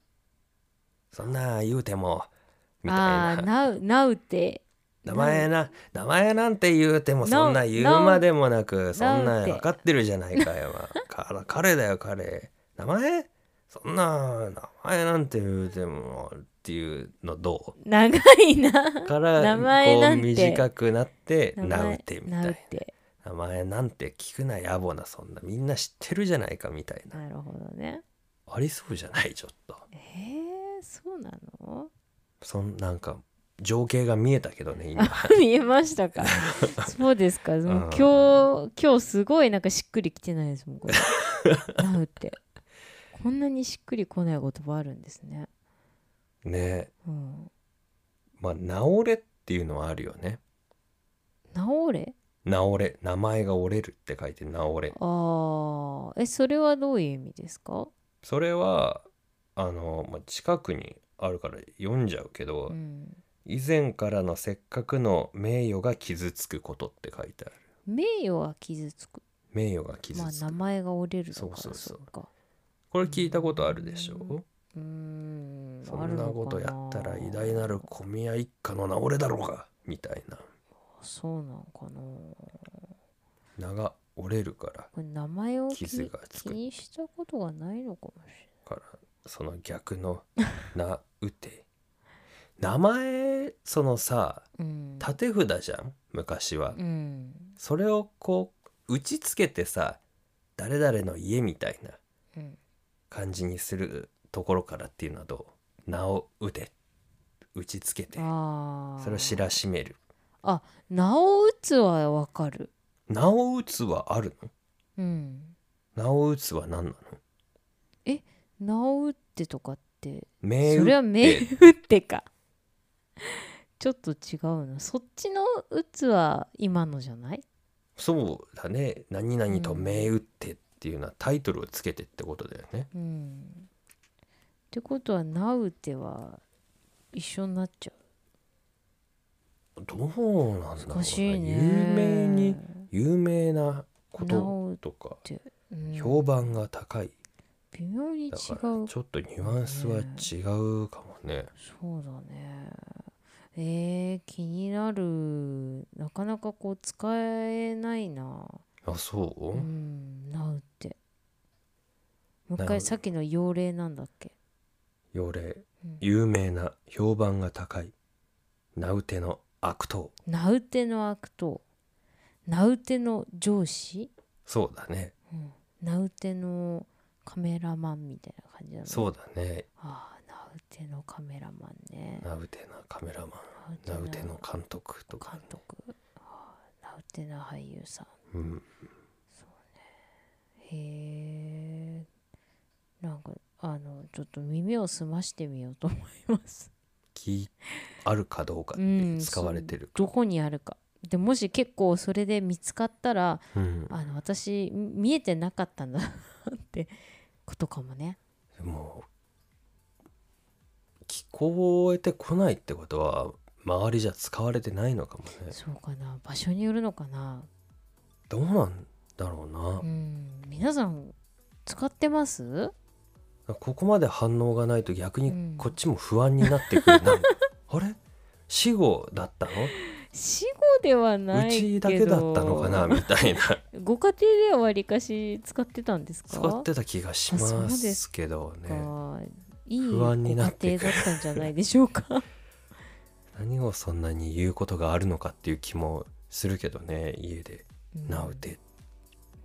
[SPEAKER 1] そんな言うてもみた
[SPEAKER 2] ああ
[SPEAKER 1] い
[SPEAKER 2] ー
[SPEAKER 1] な
[SPEAKER 2] なうなうって
[SPEAKER 1] 名前な名前なんて言うても
[SPEAKER 2] な
[SPEAKER 1] そんな言うまでもなくそん
[SPEAKER 2] な
[SPEAKER 1] な
[SPEAKER 2] うて
[SPEAKER 1] 分かってるじゃないかよ から彼だよ彼名前そんな名前なんて言うてもっていうのどう
[SPEAKER 2] 長いな
[SPEAKER 1] から
[SPEAKER 2] 名前なん
[SPEAKER 1] こ
[SPEAKER 2] て
[SPEAKER 1] う短くなって「
[SPEAKER 2] 名前
[SPEAKER 1] なうて」みたい
[SPEAKER 2] な
[SPEAKER 1] な
[SPEAKER 2] うて
[SPEAKER 1] 名前なんて聞くな野暮なそんなみんな知ってるじゃないかみたいな
[SPEAKER 2] なるほどね
[SPEAKER 1] ありそうじゃないちょっと
[SPEAKER 2] えー、そうなの
[SPEAKER 1] そんなんか情景が見えたけどね今
[SPEAKER 2] 見えまし たかそうですかもう今日今日すごいなんかしっくりきてないですもんこれなうってこんなにしっくりこない言葉あるんですね
[SPEAKER 1] ね
[SPEAKER 2] うん
[SPEAKER 1] まあ「治れ」っていうのはあるよね
[SPEAKER 2] 治れ
[SPEAKER 1] 「治れ」名前が折れるって書いて「治れ
[SPEAKER 2] ああえそれはどういう意味ですか、」
[SPEAKER 1] それはあの、まあ、近くにあるから読んじゃうけど、
[SPEAKER 2] うん、
[SPEAKER 1] 以前からのせっかくの名誉が傷つくことって書いてある
[SPEAKER 2] 名誉は傷つく
[SPEAKER 1] 名誉が傷
[SPEAKER 2] まあ
[SPEAKER 1] つく、
[SPEAKER 2] 名前が折れると
[SPEAKER 1] そう
[SPEAKER 2] か
[SPEAKER 1] そ
[SPEAKER 2] そうう
[SPEAKER 1] そう
[SPEAKER 2] か
[SPEAKER 1] これ聞いたことあるでしょ
[SPEAKER 2] ううーん
[SPEAKER 1] そんなことやったら偉大なる
[SPEAKER 2] 子
[SPEAKER 1] 小宮一家の名俺だろうがみたいな
[SPEAKER 2] そうなのかな
[SPEAKER 1] 名が折れるから
[SPEAKER 2] これ名前を気
[SPEAKER 1] 傷がつ
[SPEAKER 2] 気
[SPEAKER 1] く
[SPEAKER 2] にしたことがないのかもし
[SPEAKER 1] からその逆 の「なうて」名前そのさ
[SPEAKER 2] れないうん
[SPEAKER 1] 縦札じゃん昔は
[SPEAKER 2] うん
[SPEAKER 1] それをこう打ちつけてさ誰々の家みたいな
[SPEAKER 2] うん
[SPEAKER 1] 感じにするところからっていうのはどう名を打て打ちつけて
[SPEAKER 2] ああ
[SPEAKER 1] それを知らしめる
[SPEAKER 2] 名を打つはわかる
[SPEAKER 1] 名を打つはあるの
[SPEAKER 2] うん
[SPEAKER 1] 名を打つは何なの
[SPEAKER 2] 名を打ってとかって
[SPEAKER 1] 名
[SPEAKER 2] それは
[SPEAKER 1] 打
[SPEAKER 2] 名打ってかちょっと違うなそっちの打つは今のじゃない
[SPEAKER 1] そうだね何々と名打ってっていうのはタイトルをつけてってことだよね
[SPEAKER 2] うんってことはなうては一緒になっちゃ
[SPEAKER 1] どうなんだ
[SPEAKER 2] う
[SPEAKER 1] ろうな
[SPEAKER 2] 難しいね
[SPEAKER 1] 有名に有名なこ
[SPEAKER 2] な
[SPEAKER 1] と
[SPEAKER 2] お
[SPEAKER 1] とか
[SPEAKER 2] うん
[SPEAKER 1] 評判が高い
[SPEAKER 2] 微妙に違
[SPEAKER 1] だ
[SPEAKER 2] う
[SPEAKER 1] からち
[SPEAKER 2] そ
[SPEAKER 1] ょっとニュアンスは違うかもね
[SPEAKER 2] うだねえー、気になるなかなかこう使えないな
[SPEAKER 1] あそううん
[SPEAKER 2] なうってもう
[SPEAKER 1] なるほ
[SPEAKER 2] 一
[SPEAKER 1] ど
[SPEAKER 2] 回さっきの用例なんだっけ
[SPEAKER 1] 要例
[SPEAKER 2] うん
[SPEAKER 1] 有名な評判が高い名うての悪党
[SPEAKER 2] なうての悪党なうての上司
[SPEAKER 1] そうだね
[SPEAKER 2] うんなうてのカメラマンみたいな感じなの
[SPEAKER 1] そうだね
[SPEAKER 2] ああなうてのカメラマンね
[SPEAKER 1] 名うてなカメラマン名うての監督とか
[SPEAKER 2] 監督ああなうてな俳優さん
[SPEAKER 1] うん
[SPEAKER 2] へえなんかあのちょっと耳を澄ましてみようと思います
[SPEAKER 1] 気あるかどうかっ
[SPEAKER 2] うん
[SPEAKER 1] て使われてる、
[SPEAKER 2] どこにあるかでもし結構それで見つかったら
[SPEAKER 1] うん
[SPEAKER 2] あの私見えてなかったんだってことかもね
[SPEAKER 1] もう聞こえてこないってことは周りじゃ使われてないのかもね
[SPEAKER 2] そうかな場所によるのかな
[SPEAKER 1] どうなんだろうな
[SPEAKER 2] う、ん皆さん使ってます
[SPEAKER 1] ここまで反応がないと逆
[SPEAKER 2] うん
[SPEAKER 1] にこっちも不安になってくる な、あれ死後だった
[SPEAKER 2] 死後ではな
[SPEAKER 1] のう
[SPEAKER 2] いけど
[SPEAKER 1] ちだけだったのかなみたい な
[SPEAKER 2] ご家庭ではわりかし使ってたんですか
[SPEAKER 1] 使ってた気がし
[SPEAKER 2] あそう
[SPEAKER 1] ま
[SPEAKER 2] です
[SPEAKER 1] すけどね
[SPEAKER 2] かいい
[SPEAKER 1] 不安になって
[SPEAKER 2] ご家庭だったんじゃないでしょうか
[SPEAKER 1] 何をそんなに言うことがあるのかっていう気もするけどね家で「なうて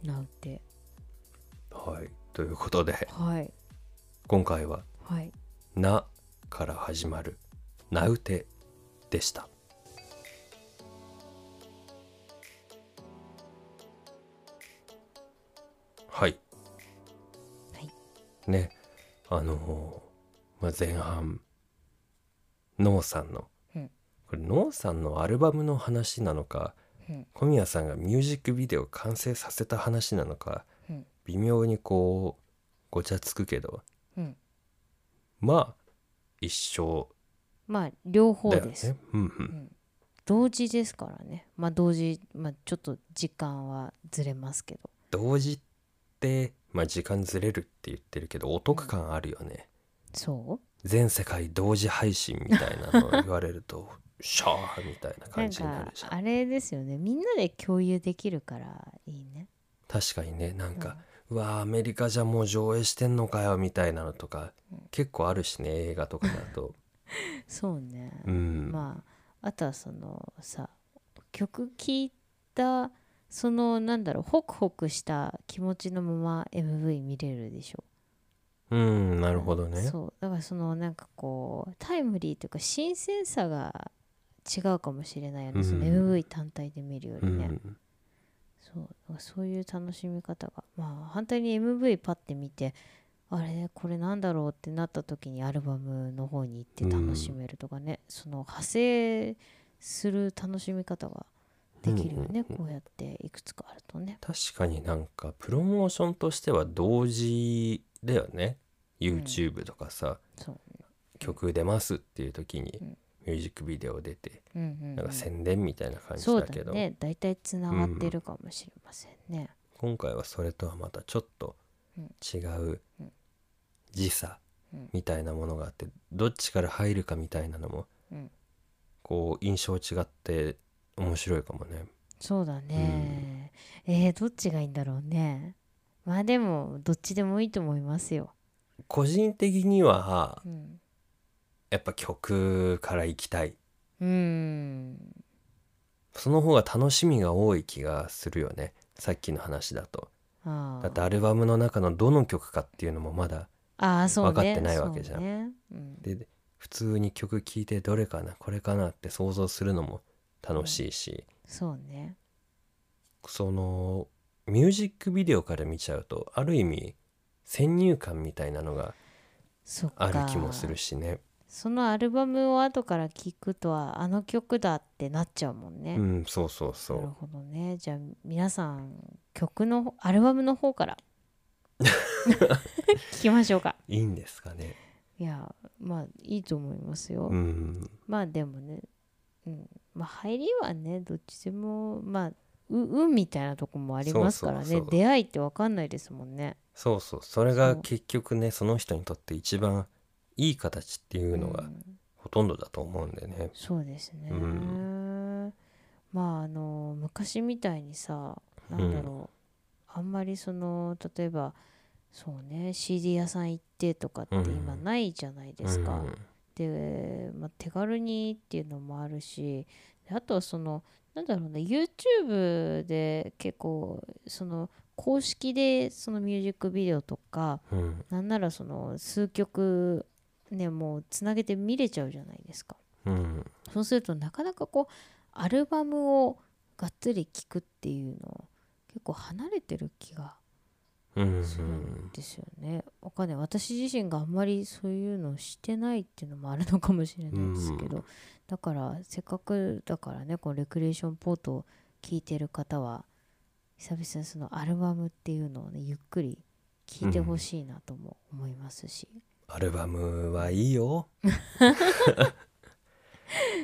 [SPEAKER 2] なうて」
[SPEAKER 1] はいということで
[SPEAKER 2] はい
[SPEAKER 1] 今回は
[SPEAKER 2] はい
[SPEAKER 1] 「な」から始まる「なうて」でした。はい。
[SPEAKER 2] はい
[SPEAKER 1] ねあのーまあ、前半ノーさんの、
[SPEAKER 2] うん
[SPEAKER 1] これノーさんのアルバムの話なのか、
[SPEAKER 2] うん
[SPEAKER 1] 小宮さんがミュージックビデオを完成させた話なのか、
[SPEAKER 2] うん
[SPEAKER 1] 微妙にこうごちゃつくけど、
[SPEAKER 2] うん
[SPEAKER 1] まあ一緒
[SPEAKER 2] まあ両方
[SPEAKER 1] だよね
[SPEAKER 2] です、
[SPEAKER 1] うんう
[SPEAKER 2] うんん、同時ですからねまあ同時、まあ、ちょっと時間はずれますけど
[SPEAKER 1] 同時って、まあ、時間ずれるって言ってるけどお得感あるよね、
[SPEAKER 2] そう
[SPEAKER 1] 全世界同時配信みたいなのを言われると シャーみたいな
[SPEAKER 2] な
[SPEAKER 1] 感
[SPEAKER 2] ん
[SPEAKER 1] じになる
[SPEAKER 2] か
[SPEAKER 1] じゃん
[SPEAKER 2] あれですよねみんなで共有できるからいいね
[SPEAKER 1] 確かにねなんか、うわーアメリカじゃもう上映してんのかよみたいなのとか、結構あるしね映画とかだと
[SPEAKER 2] そうね、
[SPEAKER 1] うん、
[SPEAKER 2] まああとはそのさ曲聴いたそのなんだろうホクホクした気持ちのまま MV 見れるでしょ
[SPEAKER 1] うんなるほどね
[SPEAKER 2] そうだからそのなんかこうタイムリーというか新鮮さが違うかもしれないよね、
[SPEAKER 1] うん
[SPEAKER 2] その MV 単体で見るより
[SPEAKER 1] う
[SPEAKER 2] ね、
[SPEAKER 1] ん
[SPEAKER 2] そうだからそういう楽しみ方がまあ反対に MV パッて見てあれこれなんだろうってなった時にアルバムの方に行って楽しめるとかね、その派生する楽しみ方ができるよね、こうやっていくつかあるとね
[SPEAKER 1] 確かになんかプロモーションとしては同時だよね YouTube とかさ、
[SPEAKER 2] そう
[SPEAKER 1] 曲出ますっていう時に
[SPEAKER 2] うん
[SPEAKER 1] ミュミュージックビデオ出て
[SPEAKER 2] うんうん
[SPEAKER 1] なん
[SPEAKER 2] う
[SPEAKER 1] か
[SPEAKER 2] ん
[SPEAKER 1] 宣伝みたいな感じ
[SPEAKER 2] そう
[SPEAKER 1] だ
[SPEAKER 2] だ
[SPEAKER 1] けど、
[SPEAKER 2] ね大体つながってるかもしれませんね、
[SPEAKER 1] 今回はそれとはまたちょっと違う
[SPEAKER 2] うん
[SPEAKER 1] 時差
[SPEAKER 2] うん
[SPEAKER 1] みたいなものがあってどっちから入るかみたいなのも
[SPEAKER 2] うん
[SPEAKER 1] こう印象違って面白いかもね
[SPEAKER 2] そうだね、えー、どっちがいいんだろうねまあでもどっちでもいいと思いますよ、
[SPEAKER 1] 個人的には
[SPEAKER 2] うん、
[SPEAKER 1] やっぱ曲から行きたいう
[SPEAKER 2] ーん
[SPEAKER 1] その方が楽しみが多い気がするよねさっきの話だと
[SPEAKER 2] あ
[SPEAKER 1] だって
[SPEAKER 2] ー
[SPEAKER 1] アルバムの中のどの曲かっていうのもまだ
[SPEAKER 2] あーそうね
[SPEAKER 1] 分かってないわけじゃん
[SPEAKER 2] そうねうん
[SPEAKER 1] で普通に曲聴いてどれかなこれかなって想像するのも楽しいし、
[SPEAKER 2] そうね
[SPEAKER 1] そのミュージックビデオから見ちゃうとある意味先入観みたいなのが
[SPEAKER 2] そっか
[SPEAKER 1] ある気もするしね、
[SPEAKER 2] そのアルバムを後から聴くとはあの曲だってなっちゃうもんね、
[SPEAKER 1] うん、そうそうそ
[SPEAKER 2] なる
[SPEAKER 1] う
[SPEAKER 2] ほどねじゃあ皆さん曲のアルバムの 方から聞きましょうか
[SPEAKER 1] いいんですかね
[SPEAKER 2] いやまあいいと思いますよ、
[SPEAKER 1] うん
[SPEAKER 2] まあでもね、うん、まあ入りはねどっちでもまあう運みたいなとこもありますからね
[SPEAKER 1] そうそうそう
[SPEAKER 2] 出会いって分かんないですもんね
[SPEAKER 1] そうそうそれが
[SPEAKER 2] そう
[SPEAKER 1] 結局ねその人にとって一番いい形っていうの
[SPEAKER 2] う
[SPEAKER 1] が
[SPEAKER 2] ん
[SPEAKER 1] ほとんどだと思うんでね、
[SPEAKER 2] そうですね、
[SPEAKER 1] う
[SPEAKER 2] まああの昔みたいにさなんだろう、あんまりその例えばそうね CD 屋さん行ってとかって
[SPEAKER 1] うん
[SPEAKER 2] 今ないじゃないですか、
[SPEAKER 1] うん
[SPEAKER 2] で、まあ、手軽にっていうのもあるしであとはそのなんだろうね YouTube で結構その公式でそのミュージックビデオとか
[SPEAKER 1] うん
[SPEAKER 2] なんならその数曲ねもうつなげて見れちゃうじゃないですか。
[SPEAKER 1] うん
[SPEAKER 2] そうするとなかなかこうアルバムをがっつり聴くっていうのを結構離れてる気が
[SPEAKER 1] うんうん
[SPEAKER 2] するんですよね。わかんない私自身があんまりそういうのをしてないっていうのもあるのかもしれないですけど、だからせっかくだからねこのレクリエーションポートを聴いてる方は久々にそのアルバムっていうのをねゆっくり聴いてほしいなとも思いますし、
[SPEAKER 1] アルバムはいいよ、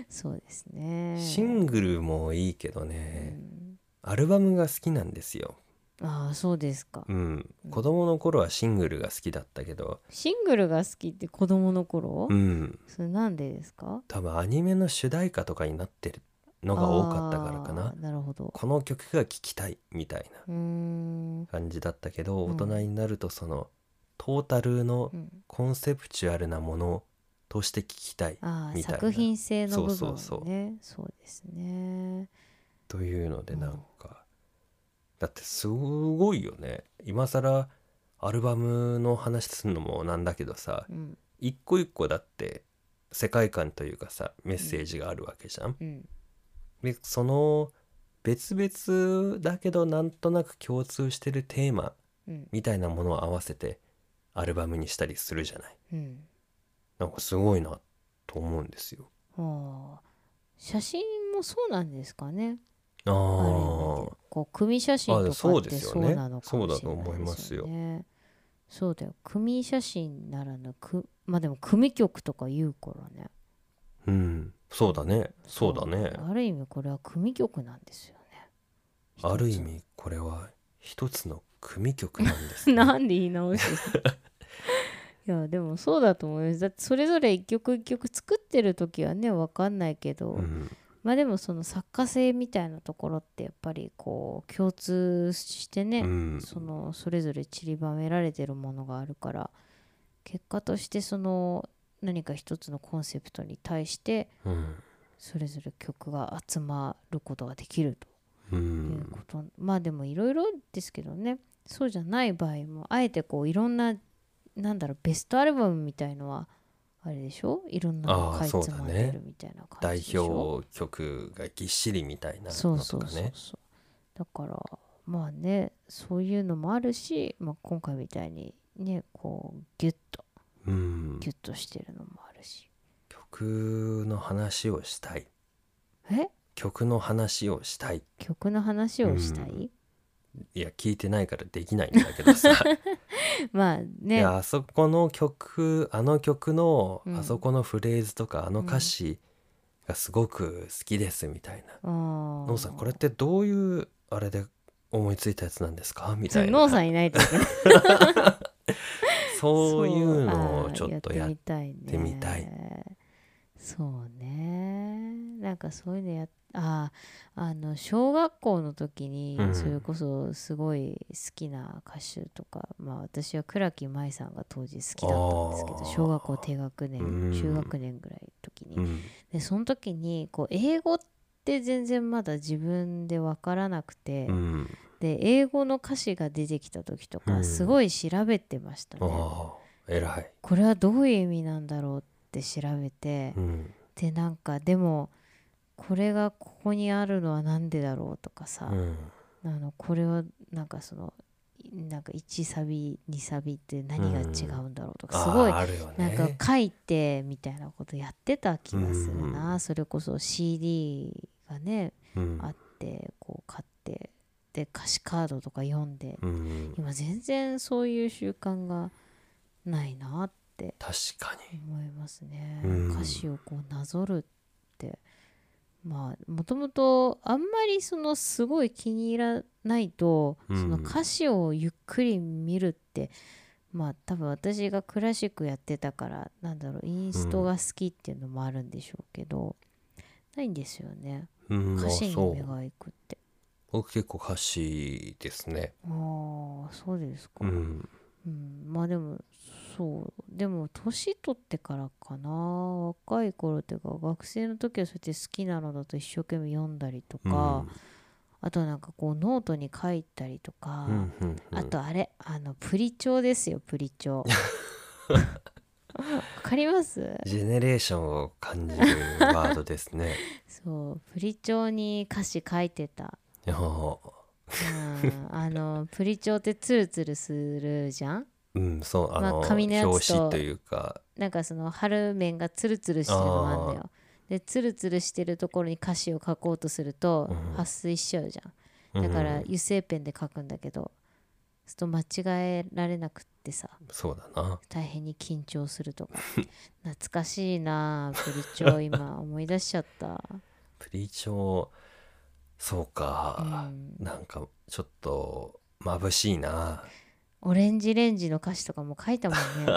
[SPEAKER 2] そうですね。
[SPEAKER 1] シングルもいいけど
[SPEAKER 2] う
[SPEAKER 1] ね、
[SPEAKER 2] ん
[SPEAKER 1] アルバムが好きなんですよ
[SPEAKER 2] ああそうですか。
[SPEAKER 1] うん、子供の頃はシングルが好きだったけど、
[SPEAKER 2] シングルが好きって子供の頃、
[SPEAKER 1] うん、
[SPEAKER 2] それなんでですか
[SPEAKER 1] 多分アニメの主題歌とかになってるのが多かったからか
[SPEAKER 2] あ
[SPEAKER 1] な
[SPEAKER 2] ーなるほど
[SPEAKER 1] この曲が聴きたいみたいうな
[SPEAKER 2] ーん
[SPEAKER 1] 感じだったけど、
[SPEAKER 2] うん
[SPEAKER 1] 大人になるとそのトータルの
[SPEAKER 2] うん
[SPEAKER 1] コンセプチュアルなものとして聴きたい
[SPEAKER 2] ああ
[SPEAKER 1] みたいな
[SPEAKER 2] 作品性の部分ねそ
[SPEAKER 1] そううそうそう
[SPEAKER 2] ですね
[SPEAKER 1] というのでなんか、だってすごいよね今更アルバムの話するのもなんだけどさ
[SPEAKER 2] うん
[SPEAKER 1] 一個一個だって世界観というかさメッセージがあるわけじゃん。
[SPEAKER 2] うん
[SPEAKER 1] でその別々だけどなんとなく共通してるテーマ
[SPEAKER 2] うん
[SPEAKER 1] みたいなものを合わせてアルバムにしたりするじゃない
[SPEAKER 2] うん
[SPEAKER 1] なんかすごいなと思うんですよ
[SPEAKER 2] ああ写真もそうなんですかね
[SPEAKER 1] あ
[SPEAKER 2] ある意味
[SPEAKER 1] ー
[SPEAKER 2] でこう組写真と
[SPEAKER 1] あそ
[SPEAKER 2] かっ
[SPEAKER 1] う
[SPEAKER 2] て
[SPEAKER 1] ですよ
[SPEAKER 2] そ
[SPEAKER 1] ね
[SPEAKER 2] うなのかもしれないですよ
[SPEAKER 1] そうだと思
[SPEAKER 2] ねそうだよ組写真ならぬくまあでも組曲とか言うからね
[SPEAKER 1] うんそうだねそうだね
[SPEAKER 2] ある意味これは組曲なんですよね
[SPEAKER 1] ある意味これは一つの組曲 なんです、ね、
[SPEAKER 2] なんで言い直してた いやでもそうだと思いますだってそれぞれ一曲一曲作ってる時はね分かんないけど、
[SPEAKER 1] うん
[SPEAKER 2] まあでもその作家性みたいなところってやっぱりこう共通して
[SPEAKER 1] う
[SPEAKER 2] ね、
[SPEAKER 1] ん
[SPEAKER 2] そのそれぞれ散りばめられてるものがあるから結果としてその何か一つのコンセプトに対して
[SPEAKER 1] うん
[SPEAKER 2] それぞれ曲が集まることができると
[SPEAKER 1] う
[SPEAKER 2] いうこ
[SPEAKER 1] ん
[SPEAKER 2] と、まあでもいろいろですけどねそうじゃない場合もあえてこういろんななんだろうベストアルバムみたいのはあれでしょいろんなの
[SPEAKER 1] あー
[SPEAKER 2] かいつ
[SPEAKER 1] そうだ
[SPEAKER 2] まん
[SPEAKER 1] ね
[SPEAKER 2] でるみたいな感
[SPEAKER 1] 代
[SPEAKER 2] じでしょ、
[SPEAKER 1] 表曲がぎっしりみたいな
[SPEAKER 2] そ
[SPEAKER 1] の
[SPEAKER 2] う
[SPEAKER 1] と
[SPEAKER 2] そう
[SPEAKER 1] か
[SPEAKER 2] そう
[SPEAKER 1] ね
[SPEAKER 2] そうだからまあねそういうのもあるし、まあ、今回みたいにねこうギュッと
[SPEAKER 1] うん
[SPEAKER 2] ギュッとしてるのもあるし
[SPEAKER 1] 曲の話をしたい
[SPEAKER 2] え
[SPEAKER 1] 曲の話をしたい
[SPEAKER 2] 曲の話をしたい、
[SPEAKER 1] ういや聞いてないからできないんだけど さ、
[SPEAKER 2] まあ
[SPEAKER 1] い
[SPEAKER 2] ね
[SPEAKER 1] やあそこの曲あの曲の
[SPEAKER 2] うん
[SPEAKER 1] あそこのフレーズとか、あの歌詞がすごく好きですみたいな
[SPEAKER 2] ノ
[SPEAKER 1] ノウさんこれってどういうあれで思いついたやつなんですかみたいな
[SPEAKER 2] ノーさんいないといけない
[SPEAKER 1] そういうの
[SPEAKER 2] そ
[SPEAKER 1] を
[SPEAKER 2] う
[SPEAKER 1] ちょっとやっ
[SPEAKER 2] あーやって
[SPEAKER 1] みたい
[SPEAKER 2] そうねなんかそういうのやっあーあの小学校の時に
[SPEAKER 1] うん
[SPEAKER 2] それこそすごい好きな歌手とか、まあ私は倉木麻衣さんが当時好きだったんですけ
[SPEAKER 1] あー
[SPEAKER 2] ど小学校低学年
[SPEAKER 1] うん
[SPEAKER 2] 中学年ぐらいの時に、
[SPEAKER 1] うん
[SPEAKER 2] でその時にこう英語って全然まだ自分で分からなくて、
[SPEAKER 1] うん
[SPEAKER 2] で英語の歌詞が出てきた時と
[SPEAKER 1] う
[SPEAKER 2] か
[SPEAKER 1] ん
[SPEAKER 2] すごい調べてましたね、
[SPEAKER 1] ああ偉い
[SPEAKER 2] これはどういう意味なんだろうって調べて、
[SPEAKER 1] うん
[SPEAKER 2] でなんかでもこれがここにあるのは何でだろうとかさ
[SPEAKER 1] う、ん
[SPEAKER 2] あのこれはなんかそのなんか1サビ2サビって何が違うんだろうとか、すごい
[SPEAKER 1] あーあるよ
[SPEAKER 2] なんか
[SPEAKER 1] ね
[SPEAKER 2] 書いてみたいなことやってた気がするな、
[SPEAKER 1] うん
[SPEAKER 2] それこそ CD がね
[SPEAKER 1] うん
[SPEAKER 2] あってこう買ってで歌詞カードとか読んで
[SPEAKER 1] うん
[SPEAKER 2] 今全然そういう習慣がないなって
[SPEAKER 1] 確かに
[SPEAKER 2] 思いますね、
[SPEAKER 1] うん
[SPEAKER 2] 歌詞をこうなぞるってまあもともとあんまりそのすごい気に入らないと、
[SPEAKER 1] うん
[SPEAKER 2] その歌詞をゆっくり見るってまあ多分私がクラシックやってたからなんだろうインストが好きっていうのもあるんでしょうけど、ないんですよね
[SPEAKER 1] うん
[SPEAKER 2] 歌
[SPEAKER 1] あ
[SPEAKER 2] 詞に
[SPEAKER 1] そ
[SPEAKER 2] 目
[SPEAKER 1] う
[SPEAKER 2] がいくって。
[SPEAKER 1] 僕結構歌詞ですね
[SPEAKER 2] ああそうですか、
[SPEAKER 1] うん
[SPEAKER 2] うん、まあでもそうでも年取ってからかな若い頃っていうか学生の時はそうやって好きなのだと一生懸命読んだりとか、あとはなんかこうノートに書いたりとか、
[SPEAKER 1] うんうんうん
[SPEAKER 2] あとあれあのプリ帳ですよプリ 帳わかります
[SPEAKER 1] ジェネレーションを感じるワードですね。
[SPEAKER 2] そうプリ帳に歌詞書いてた、
[SPEAKER 1] いやー
[SPEAKER 2] うん、あのプリ帳ってツルツルするじゃん
[SPEAKER 1] うん、そう、あの、
[SPEAKER 2] まあ紙のや
[SPEAKER 1] 表
[SPEAKER 2] つと
[SPEAKER 1] 紙というか、
[SPEAKER 2] なんかその春面がツルツルしてるのあんだよでツルツルしてるところに歌詞を書こうとすると
[SPEAKER 1] うん
[SPEAKER 2] 発水しちゃうじゃ
[SPEAKER 1] うん
[SPEAKER 2] だ
[SPEAKER 1] ん、
[SPEAKER 2] から油性ペンで書くんだけどそうすると間違えられなくってさ
[SPEAKER 1] そうだな。
[SPEAKER 2] 大変に緊張する とか懐かしいなあプリチョ今思い出しちゃった、
[SPEAKER 1] プリチョそう
[SPEAKER 2] う
[SPEAKER 1] か、
[SPEAKER 2] ん、
[SPEAKER 1] なんかちょっと眩しいな。
[SPEAKER 2] オレンジレンジの歌詞とかも書いたもんね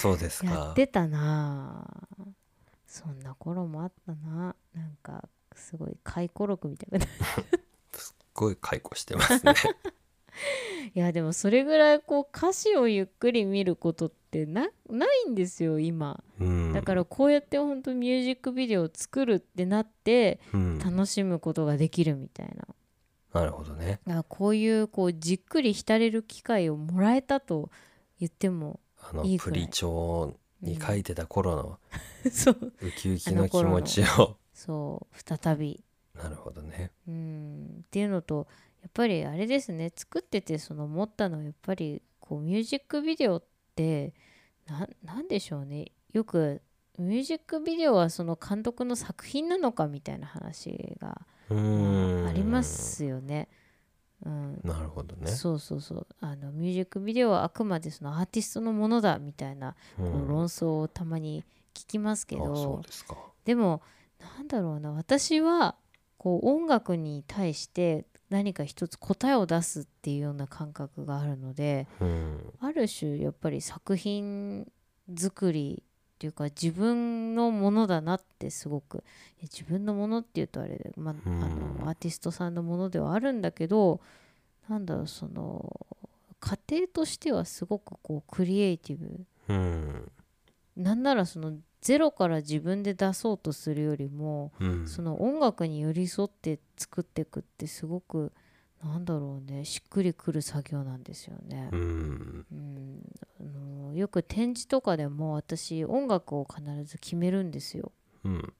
[SPEAKER 1] そうですか。
[SPEAKER 2] やってたなあそんな頃もあったななんかすごい回顧録みたいな
[SPEAKER 1] すっごい解雇してます ね。
[SPEAKER 2] いやでもそれぐらいこう歌詞をゆっくり見ることってなないんですよ今
[SPEAKER 1] うん、
[SPEAKER 2] だからこうやって本当ミュージックビデオを作るってなって
[SPEAKER 1] うん、
[SPEAKER 2] 楽しむことができるみたいなだか
[SPEAKER 1] なるほどね。
[SPEAKER 2] らこういうこうじっくり浸れる機会をもらえたと言っても、
[SPEAKER 1] あの
[SPEAKER 2] いいく
[SPEAKER 1] プ
[SPEAKER 2] らい
[SPEAKER 1] リチョ
[SPEAKER 2] うん
[SPEAKER 1] に書いてた頃の
[SPEAKER 2] そう
[SPEAKER 1] ウキウキ
[SPEAKER 2] あ
[SPEAKER 1] の
[SPEAKER 2] の
[SPEAKER 1] 気
[SPEAKER 2] 頃
[SPEAKER 1] 持
[SPEAKER 2] の
[SPEAKER 1] ちを。
[SPEAKER 2] そう再び
[SPEAKER 1] なるほどね。
[SPEAKER 2] うんっていうのとやっぱりあれですね作っててその思ったのはやっぱりこうミュージックビデオってななんでしょうねよくミュージックビデオはその監督の作品なのかみたいな話が
[SPEAKER 1] うん、
[SPEAKER 2] ありま。すよね。うん
[SPEAKER 1] なるほどね。
[SPEAKER 2] そうそうそうあのミュージックビデオはあくまでそのアーティストのものだみたいな、
[SPEAKER 1] う
[SPEAKER 2] こうん論争をたまに聞きますけ
[SPEAKER 1] あそ
[SPEAKER 2] ど
[SPEAKER 1] うですか。
[SPEAKER 2] でもなんだろうな私はこう音楽に対して何か一つ答えを出すっていうような感覚があるので
[SPEAKER 1] うん、
[SPEAKER 2] ある種やっぱり作品作りっていうか自分のものだなってすごくいや自分のものっていうとあれで、まあ、あ
[SPEAKER 1] うん
[SPEAKER 2] のアーティストさんのものではあるんだけどなんだろうその過程としてはすごくこうクリエイティブ
[SPEAKER 1] うん、
[SPEAKER 2] なんならそのゼロから自分で出そうとするよりも、
[SPEAKER 1] うん、
[SPEAKER 2] その音楽に寄り添って作っていくってすごくなんだろうねしっくりくる作業なんですよね
[SPEAKER 1] う。ん、
[SPEAKER 2] うんあのよく展示とかでも私音楽を必ず決めるんですよ
[SPEAKER 1] うん、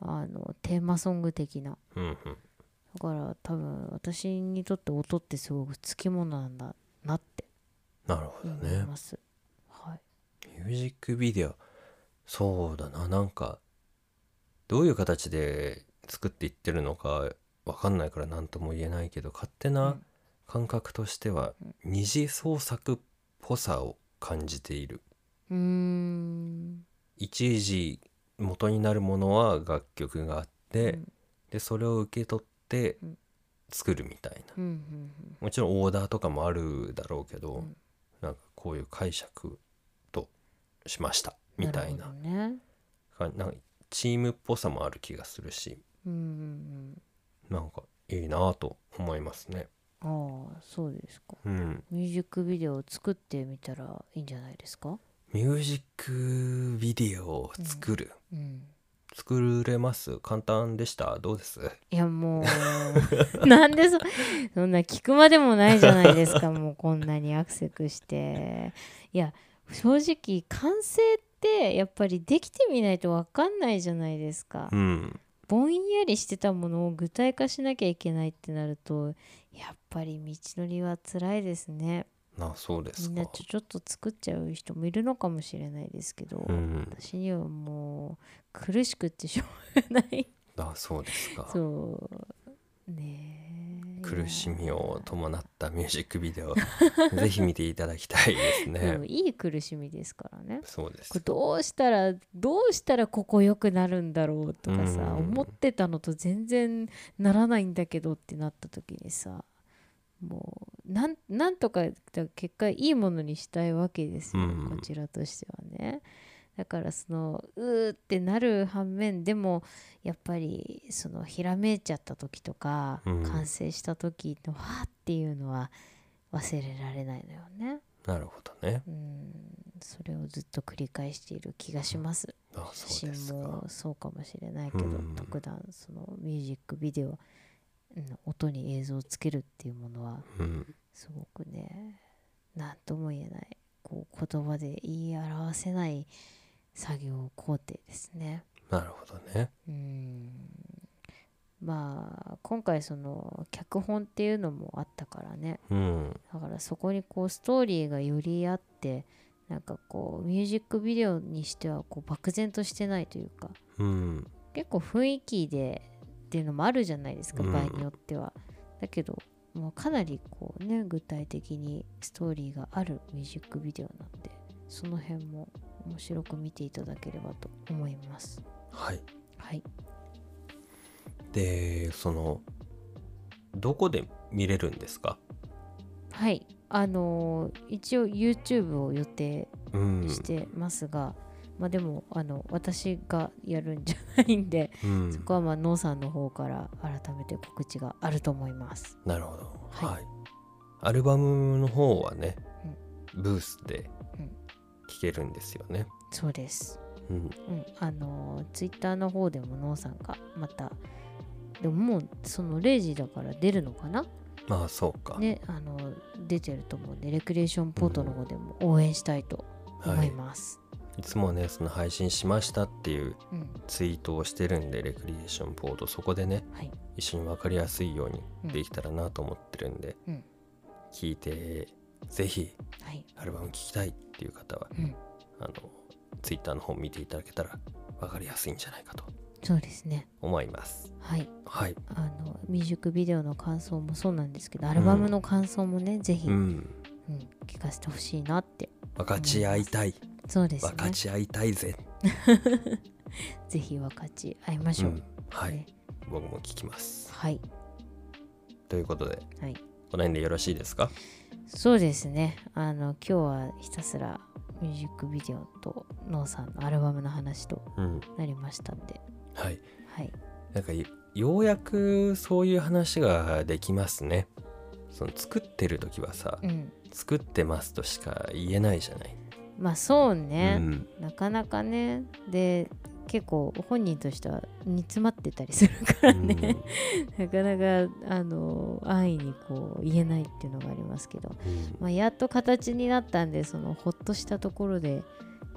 [SPEAKER 2] あのテーマソング的な
[SPEAKER 1] うん、うん。
[SPEAKER 2] だから多分私にとって音ってすごくつきものなんだなって
[SPEAKER 1] なるほど
[SPEAKER 2] 思
[SPEAKER 1] ね。
[SPEAKER 2] います、はい、
[SPEAKER 1] ミュージックビデオそうだななんかどういう形で作っていってるのかわかんないから何とも言えないけど勝手
[SPEAKER 2] う
[SPEAKER 1] なん感覚としては二次創作っぽさを感じている
[SPEAKER 2] うーん
[SPEAKER 1] 一時元になるものは楽曲があって、
[SPEAKER 2] うん
[SPEAKER 1] でそれを受け取って
[SPEAKER 2] うん
[SPEAKER 1] 作るみたいな、
[SPEAKER 2] うんうん
[SPEAKER 1] もちろんオーダーとかもあるだろうけど、
[SPEAKER 2] うん
[SPEAKER 1] なんかこういう解釈としました
[SPEAKER 2] うん
[SPEAKER 1] みたいな
[SPEAKER 2] るほどね
[SPEAKER 1] かなんかチームっぽさもある気がするし
[SPEAKER 2] うんうん
[SPEAKER 1] なんかいいなぁと思いますね。
[SPEAKER 2] うんああそうですか
[SPEAKER 1] うん、
[SPEAKER 2] ミュージックビデオを作ってみたらいいんじゃないですか
[SPEAKER 1] ミュージックビデオを作る、
[SPEAKER 2] うん
[SPEAKER 1] 作れます簡単でしたどうです
[SPEAKER 2] いやも うなんでそそんな聞くまでもないじゃない ですかもうこんなにアクセクしていや正直完成ってやっぱりできてみないと分かんないじゃないですか
[SPEAKER 1] うん
[SPEAKER 2] ぼんやりしてたものを具体化しなきゃいけないってなるとやっぱり道のりは辛いですね
[SPEAKER 1] あそうです
[SPEAKER 2] みん
[SPEAKER 1] か
[SPEAKER 2] なちょちょっと作っちゃう人もいるのかもしれないですけど、
[SPEAKER 1] うん
[SPEAKER 2] 私にはもう苦しくってしょうがない
[SPEAKER 1] あそうですか
[SPEAKER 2] そうねえ
[SPEAKER 1] 苦しみを伴ったミュージックビデ オぜひ見ていただきたいです
[SPEAKER 2] いやで
[SPEAKER 1] ね
[SPEAKER 2] もいい苦しみですからね
[SPEAKER 1] そうです
[SPEAKER 2] これどうしたらどうしたらここ良くなるんだろうとかさ、
[SPEAKER 1] うん
[SPEAKER 2] 思ってたのと全然ならないんだけどってなった時にさもうなんなんとかだ結果いいものにしたいわけですよ、
[SPEAKER 1] うん
[SPEAKER 2] こちらとしてはね。だからそのうーってなる反面でもやっぱりそのひらめいちゃった時とか、
[SPEAKER 1] うん
[SPEAKER 2] 完成した時のわーっていうのは忘れられないのよね。
[SPEAKER 1] なるほどね
[SPEAKER 2] うんそれをずっと繰り返している気がします。
[SPEAKER 1] あそう
[SPEAKER 2] 写
[SPEAKER 1] で
[SPEAKER 2] 真
[SPEAKER 1] すか
[SPEAKER 2] もそうかもしれないけど、
[SPEAKER 1] うん
[SPEAKER 2] 特段そのミュージックビデオ、うん、音に映像をつけるっていうものは
[SPEAKER 1] うん
[SPEAKER 2] すごくね何とも言えないこう言葉で言い表せない作業工程ですね。
[SPEAKER 1] なるほどね
[SPEAKER 2] うんまあ今回その脚本っていうのもあったからね
[SPEAKER 1] うん
[SPEAKER 2] だからそこにこうストーリーがよりあってなんかこうミュージックビデオにしてはこう漠然としてないというか
[SPEAKER 1] うん
[SPEAKER 2] 結構雰囲気でっていうのもあるじゃないですか、
[SPEAKER 1] うん
[SPEAKER 2] 場合によってはだけどもうかなりこうね具体的にストーリーがあるミュージックビデオなんでその辺も面白く見ていただければと思います
[SPEAKER 1] はい
[SPEAKER 2] はい
[SPEAKER 1] でそのどこで見れるんですか
[SPEAKER 2] はいあのー一応 YouTube を予定
[SPEAKER 1] うん
[SPEAKER 2] してますが、まあでもあの私がやるんじゃないんで、
[SPEAKER 1] うん
[SPEAKER 2] そこはまあノーさんの方から改めて告知があると思います。
[SPEAKER 1] なるほど
[SPEAKER 2] はい
[SPEAKER 1] はいアルバムの方はねブースで
[SPEAKER 2] うん
[SPEAKER 1] 聴けるんですよね
[SPEAKER 2] そうです。
[SPEAKER 1] うん
[SPEAKER 2] うん、あのツイッターの方でもノーさんがまたでももうその0時だから出るのかな
[SPEAKER 1] まあそうか
[SPEAKER 2] ねあの出てると思うんでレクリエーションポートの方でも応援したいと思
[SPEAKER 1] はいい
[SPEAKER 2] ます。
[SPEAKER 1] いつもねその配信しましたっていう
[SPEAKER 2] うん
[SPEAKER 1] ツイートをしてるんでレクリエーションポートそこでね
[SPEAKER 2] はい
[SPEAKER 1] 一緒に分かりやすいようにできたらなと思ってるんで、
[SPEAKER 2] うん
[SPEAKER 1] 聞いてぜひ
[SPEAKER 2] はい
[SPEAKER 1] アルバム聴きたいっていう方は
[SPEAKER 2] うん、
[SPEAKER 1] あのツイッターの方見ていただけたら分かりやすいんじゃないかと
[SPEAKER 2] そうですね
[SPEAKER 1] 思います
[SPEAKER 2] はい
[SPEAKER 1] はい
[SPEAKER 2] あのミュージックビデオの感想もそうなんですけどアルバムの感想もね、ぜひ、
[SPEAKER 1] う
[SPEAKER 2] うん
[SPEAKER 1] ん
[SPEAKER 2] 聞かせてほしいなって
[SPEAKER 1] 分かち合いたい
[SPEAKER 2] そうですね
[SPEAKER 1] 分かち合いたいぜ、
[SPEAKER 2] ぜひ分かち合いまし
[SPEAKER 1] う
[SPEAKER 2] ょう、
[SPEAKER 1] ん、はい
[SPEAKER 2] ね
[SPEAKER 1] 僕も聞きます
[SPEAKER 2] はい
[SPEAKER 1] ということで
[SPEAKER 2] はい
[SPEAKER 1] この辺でよろしいですか
[SPEAKER 2] そうですねあの今日はひたすらミュージックビデオとノーさんのアルバムの話と
[SPEAKER 1] うん
[SPEAKER 2] なりましたんで
[SPEAKER 1] はい
[SPEAKER 2] はい
[SPEAKER 1] なんかよようやくそういう話ができますねその作ってる時はさ、
[SPEAKER 2] うん
[SPEAKER 1] 作ってますとしか言えないじゃない、
[SPEAKER 2] まあそう
[SPEAKER 1] う
[SPEAKER 2] ね、
[SPEAKER 1] ん、
[SPEAKER 2] なかなかねで結構本人としては煮詰まってたりするから ね、なかなかあの安易にこう言えないっていうのがありますけど、
[SPEAKER 1] うんうん
[SPEAKER 2] まあ、やっと形になったんでそのほっとしたところでよ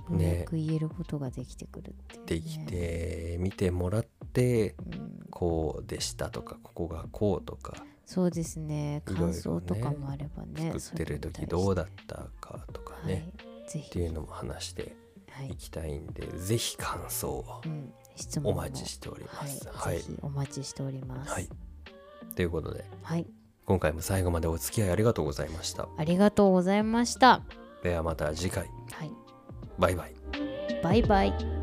[SPEAKER 2] う
[SPEAKER 1] ね
[SPEAKER 2] やく言えることができてくるっていう、ね
[SPEAKER 1] できて見てもらって
[SPEAKER 2] うん、
[SPEAKER 1] こうでしたとかここがこうとか
[SPEAKER 2] そうですね
[SPEAKER 1] いろいろね
[SPEAKER 2] 感想とかもあればね
[SPEAKER 1] 作ってる時どうだっ
[SPEAKER 2] そ
[SPEAKER 1] たかとか
[SPEAKER 2] れに対
[SPEAKER 1] ねっ
[SPEAKER 2] してはい、ぜ
[SPEAKER 1] て
[SPEAKER 2] ひ
[SPEAKER 1] いうのも話して
[SPEAKER 2] はいい、
[SPEAKER 1] きたいんでぜひ感想を
[SPEAKER 2] うん、質問
[SPEAKER 1] お
[SPEAKER 2] も
[SPEAKER 1] 待ちしております。
[SPEAKER 2] は
[SPEAKER 1] はいい
[SPEAKER 2] ぜ、ひお待ちしております
[SPEAKER 1] はい、ということで
[SPEAKER 2] はい、
[SPEAKER 1] 今回も最後までお付き合いありがとうございました。
[SPEAKER 2] ありがとうございました
[SPEAKER 1] ではまた次回
[SPEAKER 2] はい
[SPEAKER 1] バイバイ。
[SPEAKER 2] バイバイ